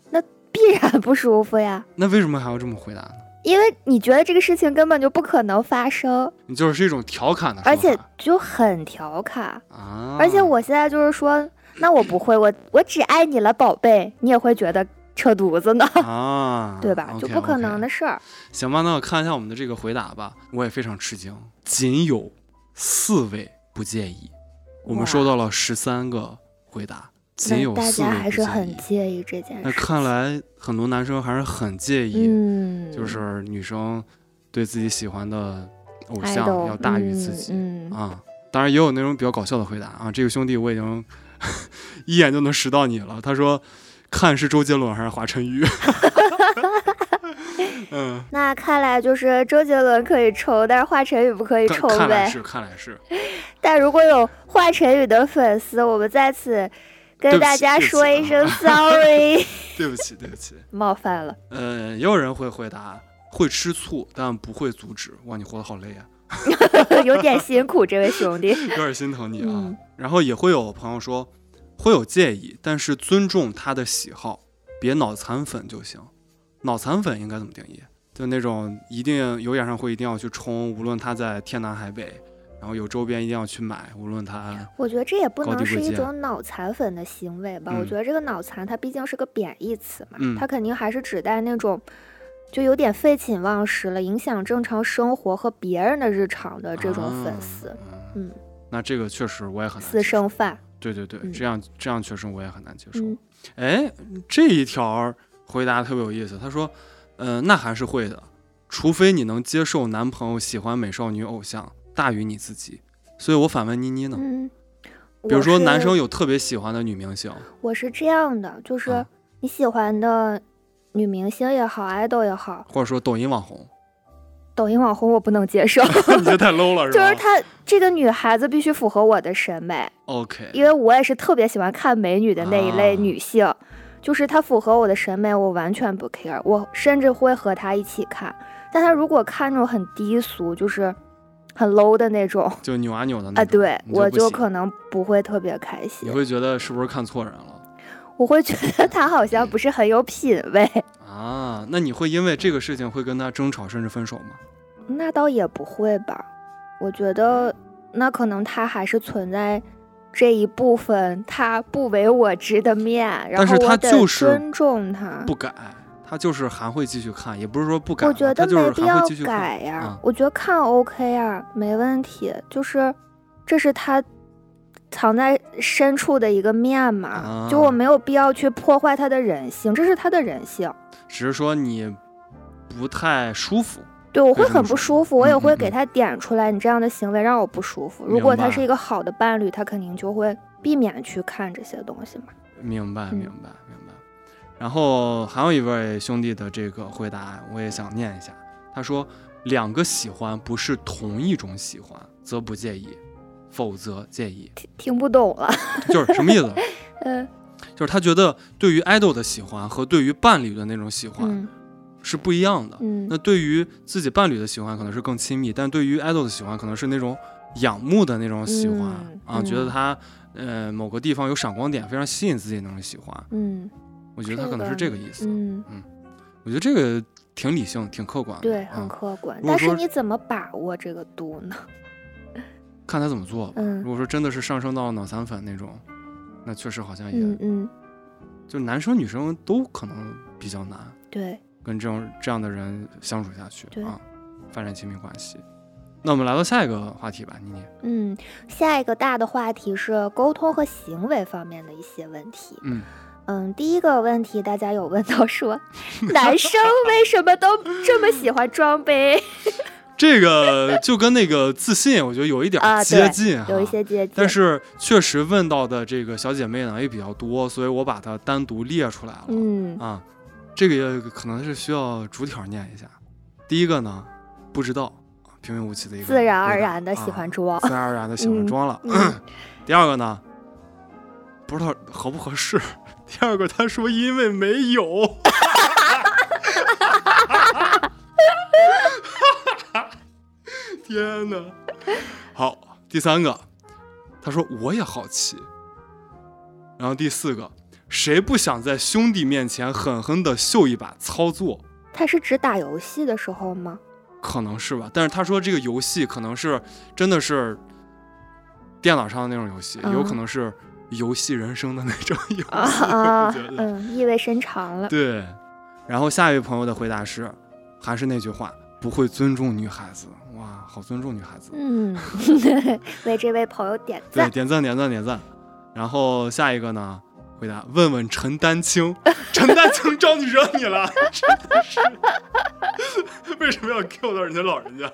[SPEAKER 2] 必然不舒服呀，
[SPEAKER 1] 那为什么还要这么回答呢？
[SPEAKER 2] 因为你觉得这个事情根本就不可能发生，
[SPEAKER 1] 你就是一种调侃的说法，
[SPEAKER 2] 而且就很调侃。
[SPEAKER 1] 啊，
[SPEAKER 2] 而且我现在就是说，那我不会，我我只爱你了，宝贝，你也会觉得扯犊
[SPEAKER 1] <laughs>
[SPEAKER 2] 子呢，
[SPEAKER 1] 啊，
[SPEAKER 2] <laughs> 对吧？就
[SPEAKER 1] OK，
[SPEAKER 2] 不可能
[SPEAKER 1] OK
[SPEAKER 2] 的事儿。
[SPEAKER 1] 行吧，那我看一下我们的这个回答吧，我也非常吃惊，仅有四位不介意，我们
[SPEAKER 2] 哇
[SPEAKER 1] 收到了十三个回答，仅有
[SPEAKER 2] 那大
[SPEAKER 1] 四
[SPEAKER 2] 家
[SPEAKER 1] 位
[SPEAKER 2] 还
[SPEAKER 1] 不
[SPEAKER 2] 是
[SPEAKER 1] 介
[SPEAKER 2] 很
[SPEAKER 1] 意。
[SPEAKER 2] 介意这件
[SPEAKER 1] 那
[SPEAKER 2] 事。
[SPEAKER 1] 看来很多男生还是很介意，
[SPEAKER 2] 嗯，
[SPEAKER 1] 就是女生对自己喜欢的偶像
[SPEAKER 2] idol，
[SPEAKER 1] 要大于自己、
[SPEAKER 2] 嗯，嗯
[SPEAKER 1] 啊。当然也有那种比较搞笑的回答啊，这个兄弟我已经 <laughs> 一眼就能识到你了。他说，看是周杰伦还是华晨宇？嗯，
[SPEAKER 2] 那看来就是周杰伦可以抽，但是华晨宇不可以
[SPEAKER 1] 看
[SPEAKER 2] 抽
[SPEAKER 1] 看来
[SPEAKER 2] 呗。
[SPEAKER 1] 是看来
[SPEAKER 2] <laughs>
[SPEAKER 1] 是，
[SPEAKER 2] 但如果有华晨宇的粉丝，我们在此
[SPEAKER 1] 对
[SPEAKER 2] 跟
[SPEAKER 1] 不
[SPEAKER 2] 大
[SPEAKER 1] 起啊
[SPEAKER 2] 家
[SPEAKER 1] 对不
[SPEAKER 2] 说
[SPEAKER 1] 起 <laughs>
[SPEAKER 2] 一声 sorry， <laughs>
[SPEAKER 1] 对不起对不起。
[SPEAKER 2] 冒犯了。
[SPEAKER 1] 呃，也有人会回答会吃醋，但不会阻止。哇，你活得好累啊，
[SPEAKER 2] <laughs> 有点辛苦，这位兄弟。
[SPEAKER 1] 有点心疼你啊。
[SPEAKER 2] 嗯
[SPEAKER 1] 然后也会有朋友说会有介意，但是尊重他的喜好，别脑残粉就行。脑残粉应该怎么定义？就那种一定有演唱会一定要去冲，无论他在天南海北，然后有周边一定要去买，无论他
[SPEAKER 2] <laughs> 我觉得这也不
[SPEAKER 1] 高低
[SPEAKER 2] 能是
[SPEAKER 1] 贵
[SPEAKER 2] 一
[SPEAKER 1] 贱
[SPEAKER 2] 种脑残粉的行为吧。我
[SPEAKER 1] 嗯
[SPEAKER 2] 觉得这个脑残，它毕竟是个贬义词嘛，
[SPEAKER 1] 嗯
[SPEAKER 2] 它肯定还是指代那种就有点废寝忘食了，影响正常生活和别人的日常的这种粉丝，
[SPEAKER 1] 啊
[SPEAKER 2] 嗯，
[SPEAKER 1] 那这个确实我也很难接
[SPEAKER 2] 私
[SPEAKER 1] 受。
[SPEAKER 2] 生饭。
[SPEAKER 1] 对对对，
[SPEAKER 2] 嗯
[SPEAKER 1] 这样这样确实我也很难接受
[SPEAKER 2] 嗯。
[SPEAKER 1] 哎、这一条儿回答特别有意思，他说，呃，那还是会的，除非你能接受男朋友喜欢美少女偶像大于你自己。所以我反问妮妮呢，
[SPEAKER 2] 嗯，
[SPEAKER 1] 比如
[SPEAKER 2] 我
[SPEAKER 1] 说
[SPEAKER 2] 是
[SPEAKER 1] 男生有特别喜欢的女明星，
[SPEAKER 2] 我是这样的，就是
[SPEAKER 1] 啊
[SPEAKER 2] 你喜欢的女明星也好，爱豆也好，
[SPEAKER 1] 或者说抖音网红，
[SPEAKER 2] 抖音网红我不能接受，
[SPEAKER 1] <laughs>
[SPEAKER 2] <laughs>
[SPEAKER 1] 你这太 low 了，
[SPEAKER 2] 就是她这个女孩子必须符合我的审美。
[SPEAKER 1] OK，
[SPEAKER 2] 因为我也是特别喜欢看美女的那一类
[SPEAKER 1] 啊
[SPEAKER 2] 女性，就是她符合我的审美，我完全不 care，我甚至会和她一起看。但她如果看那种很低俗，就是很 low 的那种
[SPEAKER 1] 就扭啊扭的那
[SPEAKER 2] 啊，
[SPEAKER 1] 种
[SPEAKER 2] 对
[SPEAKER 1] 你
[SPEAKER 2] 我
[SPEAKER 1] 不
[SPEAKER 2] 就
[SPEAKER 1] 行
[SPEAKER 2] 可能不会特别开
[SPEAKER 1] 你
[SPEAKER 2] 心，
[SPEAKER 1] 会觉得是不是看错人了
[SPEAKER 2] 我会觉得她好像不是很有品味。 <laughs>
[SPEAKER 1] 啊？那你会因为这个事情会跟他争吵甚至分手吗？
[SPEAKER 2] 那倒也不会吧，我觉得那可能她还是存在。这一部分她不为我知的面，然
[SPEAKER 1] 但
[SPEAKER 2] 后
[SPEAKER 1] 是她
[SPEAKER 2] 我得
[SPEAKER 1] 就是
[SPEAKER 2] 尊重她。
[SPEAKER 1] 不改，他就是还会继续看，也不是说不改
[SPEAKER 2] 我
[SPEAKER 1] 了，
[SPEAKER 2] 觉得
[SPEAKER 1] 他就
[SPEAKER 2] 没
[SPEAKER 1] 是
[SPEAKER 2] 必
[SPEAKER 1] 还
[SPEAKER 2] 要
[SPEAKER 1] 会继续看
[SPEAKER 2] 改呀、
[SPEAKER 1] 啊
[SPEAKER 2] 我觉得看 OK 啊，没问题。就是这是他藏在深处的一个面嘛，
[SPEAKER 1] 啊
[SPEAKER 2] 就我没有必要去破坏他的人性，这是他的人性。
[SPEAKER 1] 只是说你不太舒服。
[SPEAKER 2] 对，我
[SPEAKER 1] 非
[SPEAKER 2] 会
[SPEAKER 1] 常
[SPEAKER 2] 很不舒服，我
[SPEAKER 1] 嗯
[SPEAKER 2] 也
[SPEAKER 1] 嗯
[SPEAKER 2] 会给
[SPEAKER 1] 嗯
[SPEAKER 2] 他点出来，你这样的行为让我不舒服。如
[SPEAKER 1] 明
[SPEAKER 2] 果他
[SPEAKER 1] 白
[SPEAKER 2] 是一个好的伴侣，他肯定就会避免去看这些东西嘛。
[SPEAKER 1] 明白，
[SPEAKER 2] 嗯
[SPEAKER 1] 明白，明白。然后还有一位兄弟的这个回答，我也想念一下。他说：“两个喜欢不是同一种喜欢，则不介意，否则介
[SPEAKER 2] <laughs>
[SPEAKER 1] 意。
[SPEAKER 2] 听听不懂了，”
[SPEAKER 1] 就是什么意思？
[SPEAKER 2] 嗯
[SPEAKER 1] 就是他觉得对于爱豆的喜欢和对于伴侣的那种喜欢
[SPEAKER 2] 嗯
[SPEAKER 1] 是不一样的。
[SPEAKER 2] 嗯
[SPEAKER 1] 那对于自己伴侣的喜欢可能是更亲密，但对于爱豆的喜欢可能是那种仰慕的那种喜欢、
[SPEAKER 2] 嗯
[SPEAKER 1] 啊，
[SPEAKER 2] 嗯
[SPEAKER 1] 觉得他呃某个地方有闪光点，非常吸引自己那种喜欢。
[SPEAKER 2] 嗯
[SPEAKER 1] 我觉得他可能是这个意思。
[SPEAKER 2] 嗯，
[SPEAKER 1] 我觉得这个挺理性，挺客观的。
[SPEAKER 2] 对，
[SPEAKER 1] 啊
[SPEAKER 2] 很客观。
[SPEAKER 1] 如果
[SPEAKER 2] 但是
[SPEAKER 1] 说
[SPEAKER 2] 你怎么把握这个度呢？
[SPEAKER 1] 看他怎么做吧。
[SPEAKER 2] 嗯
[SPEAKER 1] 如果说真的是上升到脑残粉那种，那确实好像也、
[SPEAKER 2] 嗯嗯，
[SPEAKER 1] 就男生女生都可能比较难
[SPEAKER 2] 对，
[SPEAKER 1] 跟这种这样的人相处下去
[SPEAKER 2] 对
[SPEAKER 1] 啊，发展亲密关系。那我们来到下一个话题吧，妮妮。
[SPEAKER 2] 嗯，下一个大的话题是沟通和行为方面的一些问题。
[SPEAKER 1] 嗯，
[SPEAKER 2] 嗯，第一个问题大家有问到说，男生为什么都这么喜欢装杯？
[SPEAKER 1] 这个就跟那个自信，我觉得有一点
[SPEAKER 2] 啊
[SPEAKER 1] 儿
[SPEAKER 2] 对
[SPEAKER 1] 接近、哈。
[SPEAKER 2] 有一些接近，
[SPEAKER 1] 但是确实问到的这个小姐妹呢也比较多，所以我把它单独列出来了。
[SPEAKER 2] 嗯
[SPEAKER 1] 啊，这个也可能是需要逐条念一下。第一个呢，不知道，啊平平无奇的一个回答，
[SPEAKER 2] 自然而然的喜欢
[SPEAKER 1] 啊
[SPEAKER 2] 装。
[SPEAKER 1] 自然而然的喜欢
[SPEAKER 2] 嗯
[SPEAKER 1] 装了。
[SPEAKER 2] 嗯
[SPEAKER 1] <clears throat> 第二个呢，不知道合不合适。第二个他说因为没有， <laughs> 天哪！好，第三个，他说我也好奇。然后第四个，谁不想在兄弟面前狠狠的秀一把操作？
[SPEAKER 2] 他是指打游戏的时候
[SPEAKER 1] <laughs>
[SPEAKER 2] 吗？
[SPEAKER 1] 可能是吧，但是他说这个游戏可能是真的是电脑上的那种游戏，也有
[SPEAKER 2] 嗯
[SPEAKER 1] 可能是游戏人生的那种游戏，
[SPEAKER 2] 啊
[SPEAKER 1] 我
[SPEAKER 2] 啊
[SPEAKER 1] 觉，得。
[SPEAKER 2] 嗯，意味深长了。
[SPEAKER 1] 对，然后下一位朋友的回答是，还是那句话，不会尊重女孩子。哇，好尊重女孩子。
[SPEAKER 2] 嗯， <laughs> 为这位朋友点
[SPEAKER 1] 对，
[SPEAKER 2] 赞。
[SPEAKER 1] 点赞点赞点赞。然后下一个呢？回答问问陈丹青，陈丹青招你惹你了， <laughs> 真的是为什么要 Q 到人家老人家？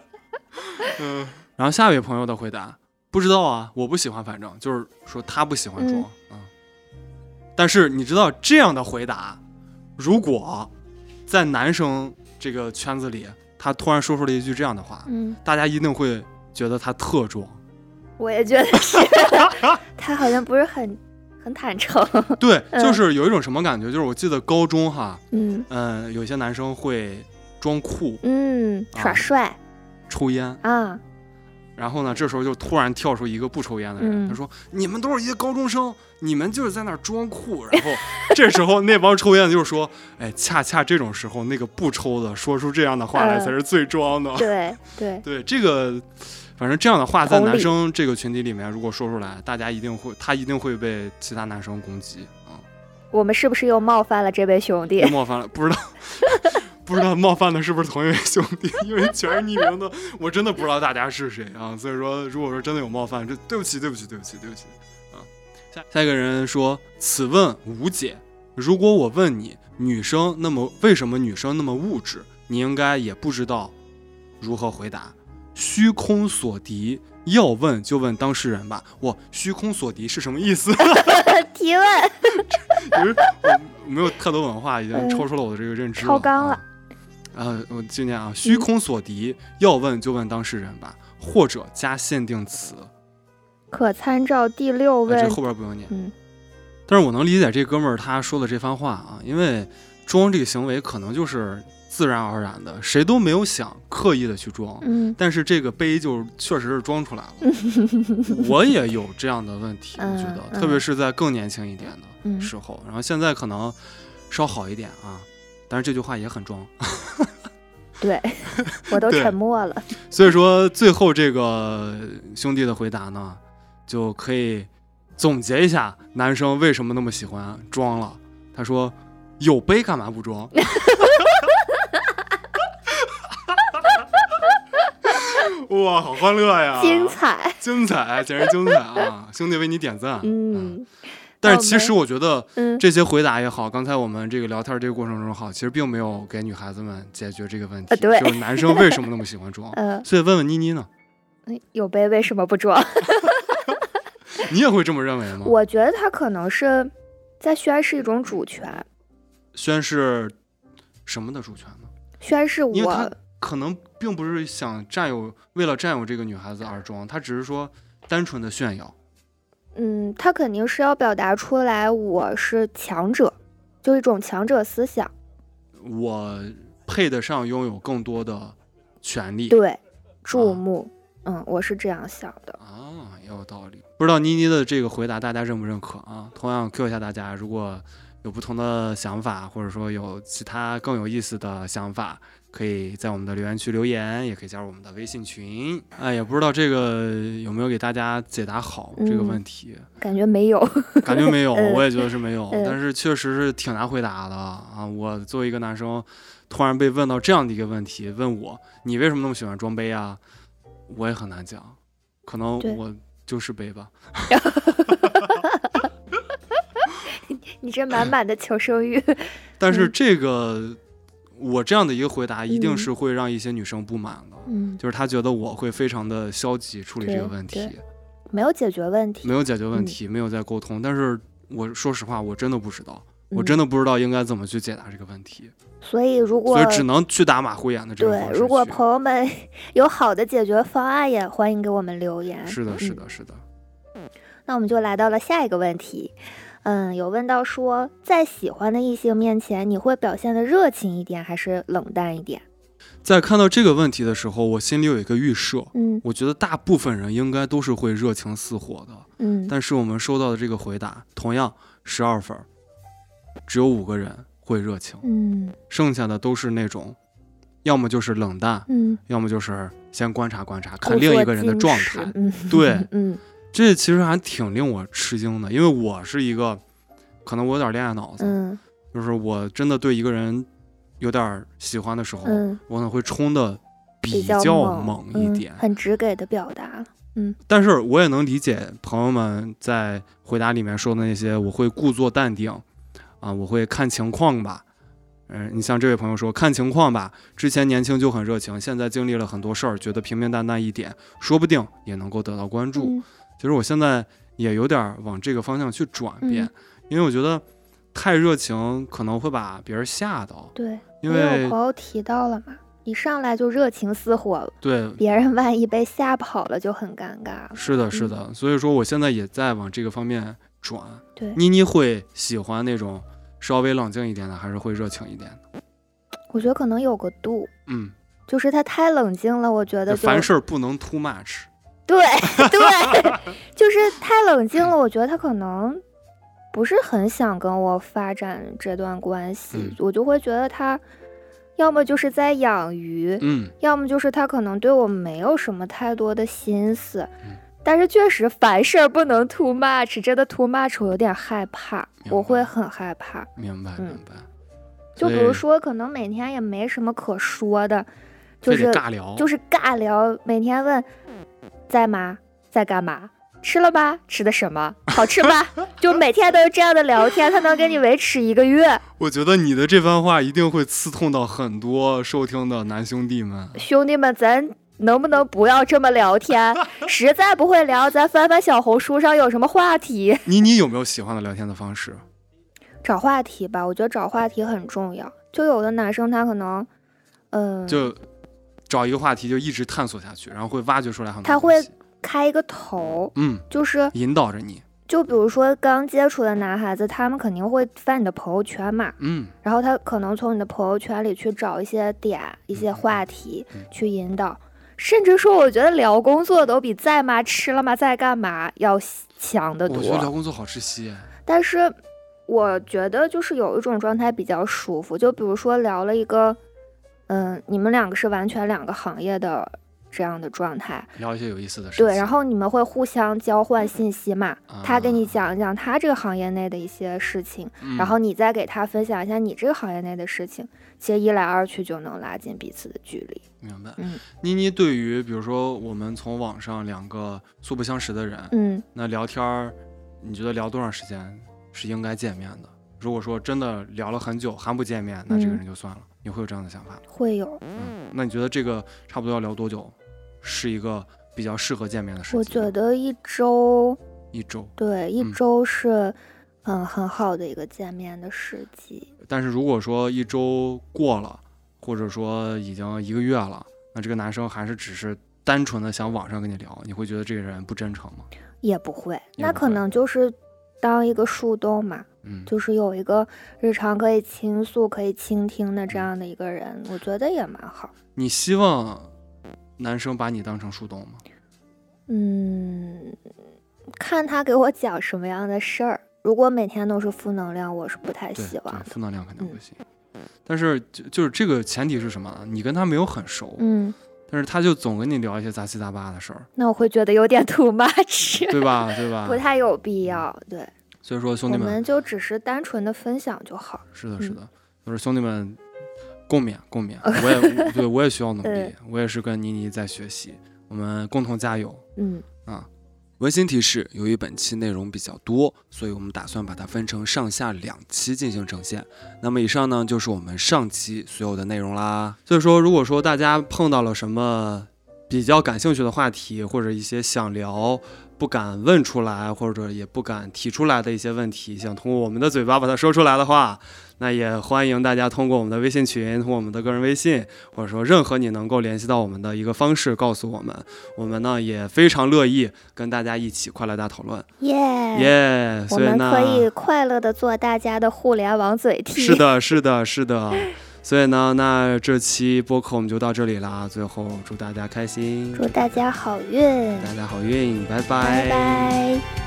[SPEAKER 1] 嗯，然后下一位朋友的回答不知道啊，我不喜欢，反正就是说他不喜欢装啊、嗯但是你知道这样的回答，如果在男生这个圈子里，他突然说出了一句这样的话，
[SPEAKER 2] 嗯，
[SPEAKER 1] 大家一定会觉得他特装。
[SPEAKER 2] 我也觉得是， <laughs> 他好像不是很很坦诚。
[SPEAKER 1] 对，就
[SPEAKER 2] 嗯
[SPEAKER 1] 是有一种什么感觉，就是我记得高中哈，
[SPEAKER 2] 嗯
[SPEAKER 1] 嗯，有些男生会装酷、
[SPEAKER 2] 嗯，耍
[SPEAKER 1] 啊
[SPEAKER 2] 帅
[SPEAKER 1] 抽烟，
[SPEAKER 2] 啊，
[SPEAKER 1] 然后呢，这时候就突然跳出一个不抽烟的人，
[SPEAKER 2] 嗯
[SPEAKER 1] 他说：“你们都是一些高中生，你们就是在那儿装酷。”然后这时候那帮抽烟的就说：“哎，恰恰这种时候，那个不抽的说出这样的话来
[SPEAKER 2] 嗯
[SPEAKER 1] 才是最装的。 <laughs>
[SPEAKER 2] 对对，
[SPEAKER 1] 对，这个。反正这样的话，在
[SPEAKER 2] 同
[SPEAKER 1] 男
[SPEAKER 2] 理
[SPEAKER 1] 生这个群体里面，如果说出来，大家一定会，他一定会被其他男生攻击啊。
[SPEAKER 2] 我们是不是又冒犯了这位兄弟
[SPEAKER 1] 又？冒犯了，不知道 <laughs> 不知道冒犯的是不是同一位兄弟， <laughs> 因为全是匿名的，我真的不知道大家是谁啊。所以说，如果说真的有冒犯，这对不起，对不起，对不起，对不起啊。下下一个人说：“此问无解。如果我问你，女生那么为什么女生那么物质，你应该也不知道如何回答。虚空所敌，要问就问当事人吧。我虚空所敌是什么意思？”
[SPEAKER 2] <laughs> 提问，
[SPEAKER 1] 因为我没有太多文化，已经
[SPEAKER 2] 嗯
[SPEAKER 1] 超出了我的这个认知
[SPEAKER 2] 超纲
[SPEAKER 1] 了
[SPEAKER 2] 了。
[SPEAKER 1] 啊，呃我纪念啊，虚空所敌，要问就问当事人
[SPEAKER 2] 嗯
[SPEAKER 1] 吧，或者加限定词，
[SPEAKER 2] 可参照第六
[SPEAKER 1] 哎，这
[SPEAKER 2] 问
[SPEAKER 1] 后。边不用念。
[SPEAKER 2] 嗯
[SPEAKER 1] 但是我能理解这哥们儿他说的这番话啊，因为装这个行为可能就是自然而然的，谁都没有想刻意的去装，
[SPEAKER 2] 嗯
[SPEAKER 1] 但是这个杯就确实是装出来
[SPEAKER 2] <laughs>
[SPEAKER 1] 了。我也有这样的问题，我觉得，
[SPEAKER 2] 嗯
[SPEAKER 1] 特别是在更年轻一点的，
[SPEAKER 2] 嗯，
[SPEAKER 1] 时候，然后现在可能稍好一点啊，但是这句话也很装， <laughs>
[SPEAKER 2] 对，我都
[SPEAKER 1] 对
[SPEAKER 2] 沉默了。
[SPEAKER 1] 所以说最后这个兄弟的回答呢，就可以总结一下男生为什么那么喜欢装了。他说：“有杯干嘛不
[SPEAKER 2] <laughs>
[SPEAKER 1] 装？”哇，好欢乐呀！
[SPEAKER 2] 精彩，
[SPEAKER 1] 精彩，简直精彩啊！兄弟为你点赞。
[SPEAKER 2] 嗯
[SPEAKER 1] 但
[SPEAKER 2] 那我
[SPEAKER 1] 是其
[SPEAKER 2] 们
[SPEAKER 1] 实我觉得，
[SPEAKER 2] 嗯，
[SPEAKER 1] 这些回答也好，刚才我们这个聊天这个过程中好，其实并没有给女孩子们解决这个问题，
[SPEAKER 2] 呃对。
[SPEAKER 1] 就是男生为什么那么喜欢装
[SPEAKER 2] <laughs> 呃，
[SPEAKER 1] 所以问问妮妮
[SPEAKER 2] <laughs>
[SPEAKER 1] 呢，
[SPEAKER 2] 有杯为什么不装？
[SPEAKER 1] 嗯你也会这么认为吗？
[SPEAKER 2] 我觉得他可能是在宣示一种主权，
[SPEAKER 1] 宣誓什么的主权呢？
[SPEAKER 2] 宣示
[SPEAKER 1] 因为他
[SPEAKER 2] 我
[SPEAKER 1] 可能并不是想占有，为了占有这个女孩子而装，他只是说单纯的炫耀。
[SPEAKER 2] 嗯，他肯定是要表达出来我是强者，就是一种强者思想。
[SPEAKER 1] 我配得上拥有更多的权利
[SPEAKER 2] 对，注
[SPEAKER 1] 啊
[SPEAKER 2] 目，嗯，我是这样想的。
[SPEAKER 1] 啊，也有道理。不知道妮妮的这个回答大家认不认可啊？同样 Q 一下大家，如果有不同的想法，或者说有其他更有意思的想法，可以在我们的留言区留言，也可以加入我们的微信群。哎，也不知道这个有没有给大家解答好这个问题，
[SPEAKER 2] 感觉没有。 <laughs>
[SPEAKER 1] 感觉没有，
[SPEAKER 2] 嗯
[SPEAKER 1] 我也觉得是没有，
[SPEAKER 2] 嗯
[SPEAKER 1] 但是确实是挺难回答的啊。我作为一个男生，突然被问到这样的一个问题，问我你为什么那么喜欢装杯啊？我也很难讲，可能
[SPEAKER 2] 对
[SPEAKER 1] 我就是杯吧。
[SPEAKER 2] 你这满满的求生欲，
[SPEAKER 1] 但是
[SPEAKER 2] 嗯
[SPEAKER 1] 这个、我这样的一个回答，一定
[SPEAKER 2] 嗯
[SPEAKER 1] 是会让一些女生不满的，
[SPEAKER 2] 嗯，
[SPEAKER 1] 就是她觉得我会非常的消极处理这个问题
[SPEAKER 2] 对，没有解决问题。
[SPEAKER 1] 没有解决问
[SPEAKER 2] 嗯
[SPEAKER 1] 题，没有在沟通。但是我说实话，我真的不知道，我
[SPEAKER 2] 嗯
[SPEAKER 1] 真的不知道应该怎么去解答这个问题，
[SPEAKER 2] 所以如果
[SPEAKER 1] 所以只能去打马虎眼的这种
[SPEAKER 2] 对
[SPEAKER 1] 方，式
[SPEAKER 2] 如果
[SPEAKER 1] 去
[SPEAKER 2] 朋友们 <laughs> 有好的解决方案，也欢迎给我们留言。
[SPEAKER 1] 是的，是
[SPEAKER 2] 嗯
[SPEAKER 1] 的，是的，
[SPEAKER 2] 那我们就来到了下一个问题，嗯，有问到说，在喜欢的异性面前，你会表现的热情一点，还是冷淡一点？
[SPEAKER 1] 在看到这个问题的时候，我心里有一个预设，
[SPEAKER 2] 嗯
[SPEAKER 1] 我觉得大部分人应该都是会热情似火的，
[SPEAKER 2] 嗯，
[SPEAKER 1] 但是我们收到的这个回答，同样十二分儿，只有五个人会热情，
[SPEAKER 2] 嗯
[SPEAKER 1] 剩下的都是那种，要么就是冷淡，
[SPEAKER 2] 嗯，
[SPEAKER 1] 要么就是先观察观察，
[SPEAKER 2] 故
[SPEAKER 1] 看另
[SPEAKER 2] 作
[SPEAKER 1] 一个人的
[SPEAKER 2] 矜
[SPEAKER 1] 状
[SPEAKER 2] 持
[SPEAKER 1] 态。
[SPEAKER 2] 嗯，
[SPEAKER 1] 对，
[SPEAKER 2] 嗯
[SPEAKER 1] 这其实还挺令我吃惊的，因为我是一个，可能我有点恋爱脑子，
[SPEAKER 2] 嗯
[SPEAKER 1] 就是我真的对一个人有点喜欢的时候，
[SPEAKER 2] 嗯，
[SPEAKER 1] 我可能会冲的比
[SPEAKER 2] 较
[SPEAKER 1] 猛
[SPEAKER 2] 嗯
[SPEAKER 1] 一点。
[SPEAKER 2] 很直给的表达。
[SPEAKER 1] 但是我也能理解朋友们在回答里面说的那些，我会故作淡定，啊，我会看情况吧。嗯、你像这位朋友说，看情况吧。之前年轻就很热情，现在经历了很多事儿，觉得平平淡淡一点，说不定也能够得到关注。
[SPEAKER 2] 嗯
[SPEAKER 1] 其实我现在也有点儿往这个方向去转变，
[SPEAKER 2] 嗯
[SPEAKER 1] 因为我觉得太热情可能会把别人吓到，
[SPEAKER 2] 对，
[SPEAKER 1] 因
[SPEAKER 2] 也有
[SPEAKER 1] 为
[SPEAKER 2] 朋友提到了嘛，一上来就热情似火了，
[SPEAKER 1] 对
[SPEAKER 2] 别人万一被吓跑了就很尴尬了。
[SPEAKER 1] 是的，
[SPEAKER 2] 嗯
[SPEAKER 1] 是的，所以说我现在也在往这个方面转。
[SPEAKER 2] 对
[SPEAKER 1] 妮妮会喜欢那种稍微冷静一点的，还是会热情一点的？
[SPEAKER 2] 我觉得可能有个度，
[SPEAKER 1] 嗯，
[SPEAKER 2] 就是他太冷静了，我觉
[SPEAKER 1] 就
[SPEAKER 2] 得就
[SPEAKER 1] 凡事不能 too much。
[SPEAKER 2] 对 <laughs> 对，就是太冷静了，我觉得他可能不是很想跟我发展这段关系，
[SPEAKER 1] 嗯
[SPEAKER 2] 我就会觉得他要么就是在养鱼，
[SPEAKER 1] 嗯，
[SPEAKER 2] 要么就是他可能对我没有什么太多的心思。
[SPEAKER 1] 嗯
[SPEAKER 2] 但是确实，凡事儿不能 too much，真的 too much，我有点害怕，
[SPEAKER 1] 明
[SPEAKER 2] 我
[SPEAKER 1] 白
[SPEAKER 2] 会很害怕。
[SPEAKER 1] 明白
[SPEAKER 2] 嗯
[SPEAKER 1] 明白。所
[SPEAKER 2] 就比
[SPEAKER 1] 以
[SPEAKER 2] 如说，可能每天也没什么可说的，就
[SPEAKER 1] 非
[SPEAKER 2] 是
[SPEAKER 1] 得尬聊，
[SPEAKER 2] 就是是尬聊，每天问在吗，在干嘛，吃了吧，吃的什么，好吃吧， <laughs> 就每天都是这样的聊天，他能跟你维持一个月。
[SPEAKER 1] 我觉得你的这番话一定会刺痛到很多收听的男兄弟们。
[SPEAKER 2] 兄弟们，咱能不能不要这么聊天？实在不会聊，咱翻翻小红书上有什么话题， <laughs>
[SPEAKER 1] 妮妮有没有喜欢的聊天的方式？
[SPEAKER 2] 找话题吧。我觉得找话题很重要。就有的男生他可能，嗯、
[SPEAKER 1] 就找一个话题就一直探索下去，然后会挖掘出来很多
[SPEAKER 2] 他
[SPEAKER 1] 东
[SPEAKER 2] 会
[SPEAKER 1] 西。
[SPEAKER 2] 开一个头，
[SPEAKER 1] 嗯，
[SPEAKER 2] 就是
[SPEAKER 1] 引导着你。
[SPEAKER 2] 就比如说刚接触的男孩子，他们肯定会翻你的朋友圈嘛，
[SPEAKER 1] 嗯，
[SPEAKER 2] 然后他可能从你的朋友圈里去找一些点、一些话题
[SPEAKER 1] 嗯
[SPEAKER 2] 去引导，甚至说，我觉得聊工作都比在吗、吃了吗、在干嘛要强得
[SPEAKER 1] 我觉得聊
[SPEAKER 2] 多。
[SPEAKER 1] 工作好窒息哎。
[SPEAKER 2] 但是我觉得就是有一种状态比较舒服，就比如说聊了一个，嗯，你们两个是完全两个行业的这样的状态，
[SPEAKER 1] 聊一些有意思的事情。
[SPEAKER 2] 对，然后你们会互相交换信息嘛？他给你
[SPEAKER 1] 啊
[SPEAKER 2] 讲一讲他这个行业内的一些事情，
[SPEAKER 1] 嗯，
[SPEAKER 2] 然后你再给他分享一下你这个行业内的事情，其实一来二去就能拉近彼此的距离。
[SPEAKER 1] 明白。
[SPEAKER 2] 嗯
[SPEAKER 1] 妮妮对于比如说我们从网上两个素不相识的人，
[SPEAKER 2] 嗯，
[SPEAKER 1] 那聊天儿，你觉得聊多长时间是应该见面的？如果说真的聊了很久还不见面，那这个
[SPEAKER 2] 嗯
[SPEAKER 1] 人就算了。你会有这样的想法吗？
[SPEAKER 2] 会有，
[SPEAKER 1] 嗯，那你觉得这个差不多要聊多久，是一个比较适合见面的时间？
[SPEAKER 2] 我觉得一周，
[SPEAKER 1] 一周。
[SPEAKER 2] 对，一
[SPEAKER 1] 嗯
[SPEAKER 2] 周是。嗯，很好的一个见面的时机。
[SPEAKER 1] 但是如果说一周过了，或者说已经一个月了，那这个男生还是只是单纯的想网上跟你聊，你会觉得这个人不真诚吗？
[SPEAKER 2] 也不会，
[SPEAKER 1] 也
[SPEAKER 2] 那
[SPEAKER 1] 不
[SPEAKER 2] 可
[SPEAKER 1] 会
[SPEAKER 2] 能就是当一个树洞嘛，
[SPEAKER 1] 嗯，
[SPEAKER 2] 就是有一个日常可以倾诉、可以倾听的
[SPEAKER 1] 嗯
[SPEAKER 2] 这样的一个人，我觉得也蛮好。
[SPEAKER 1] 你希望男生把你当成树洞吗？
[SPEAKER 2] 嗯，看他给我讲什么样的事儿。如果每天都是负能量，我是不太
[SPEAKER 1] 对
[SPEAKER 2] 呃希望嗯
[SPEAKER 1] 对
[SPEAKER 2] 的。
[SPEAKER 1] 负能量肯定不行。但是就就是这个前提是什么啊？你跟他没有很熟，
[SPEAKER 2] 嗯，
[SPEAKER 1] 但是他就总跟你聊一些杂七杂八的
[SPEAKER 2] <laughs>
[SPEAKER 1] 事儿，
[SPEAKER 2] 那我会觉得有点 too much，
[SPEAKER 1] 对吧？对吧
[SPEAKER 2] 不？太有必要。对，
[SPEAKER 1] 所以说兄
[SPEAKER 2] 我
[SPEAKER 1] 弟们，
[SPEAKER 2] 们就只是单纯的分享就好。
[SPEAKER 1] 是的，是
[SPEAKER 2] 嗯
[SPEAKER 1] 的，就是兄弟们，共勉共
[SPEAKER 2] <laughs>
[SPEAKER 1] 勉。我也对我也需要努力
[SPEAKER 2] 嗯，
[SPEAKER 1] 我也是跟妮妮在学习，我们共同加油。
[SPEAKER 2] 嗯，
[SPEAKER 1] 啊。温馨提示：由于本期内容比较多，所以我们打算把它分成上下两期进行呈现。那么以上呢，就是我们上期所有的内容啦。所以说，如果说大家碰到了什么比较感兴趣的话题，或者一些想聊不敢问出来，或者也不敢提出来的一些问题，想通过我们的嘴巴把它说出来的话，那也欢迎大家通过我们的微信群，通过我们的个人微信，或者说任何你能够联系到我们的一个方式，告诉我们。我们呢也非常乐意跟大家一起快乐大讨论，
[SPEAKER 2] 耶、
[SPEAKER 1] 耶、
[SPEAKER 2] 哎我
[SPEAKER 1] 所以
[SPEAKER 2] 们
[SPEAKER 1] 呢，
[SPEAKER 2] 可以快乐的做大家的互联网嘴
[SPEAKER 1] <laughs>
[SPEAKER 2] 替。
[SPEAKER 1] 是，的，是的，是的。所以呢，那这期播客我们就到这里啦。最后祝大家开心，
[SPEAKER 2] 祝大家好运，
[SPEAKER 1] 大家好运，
[SPEAKER 2] 拜拜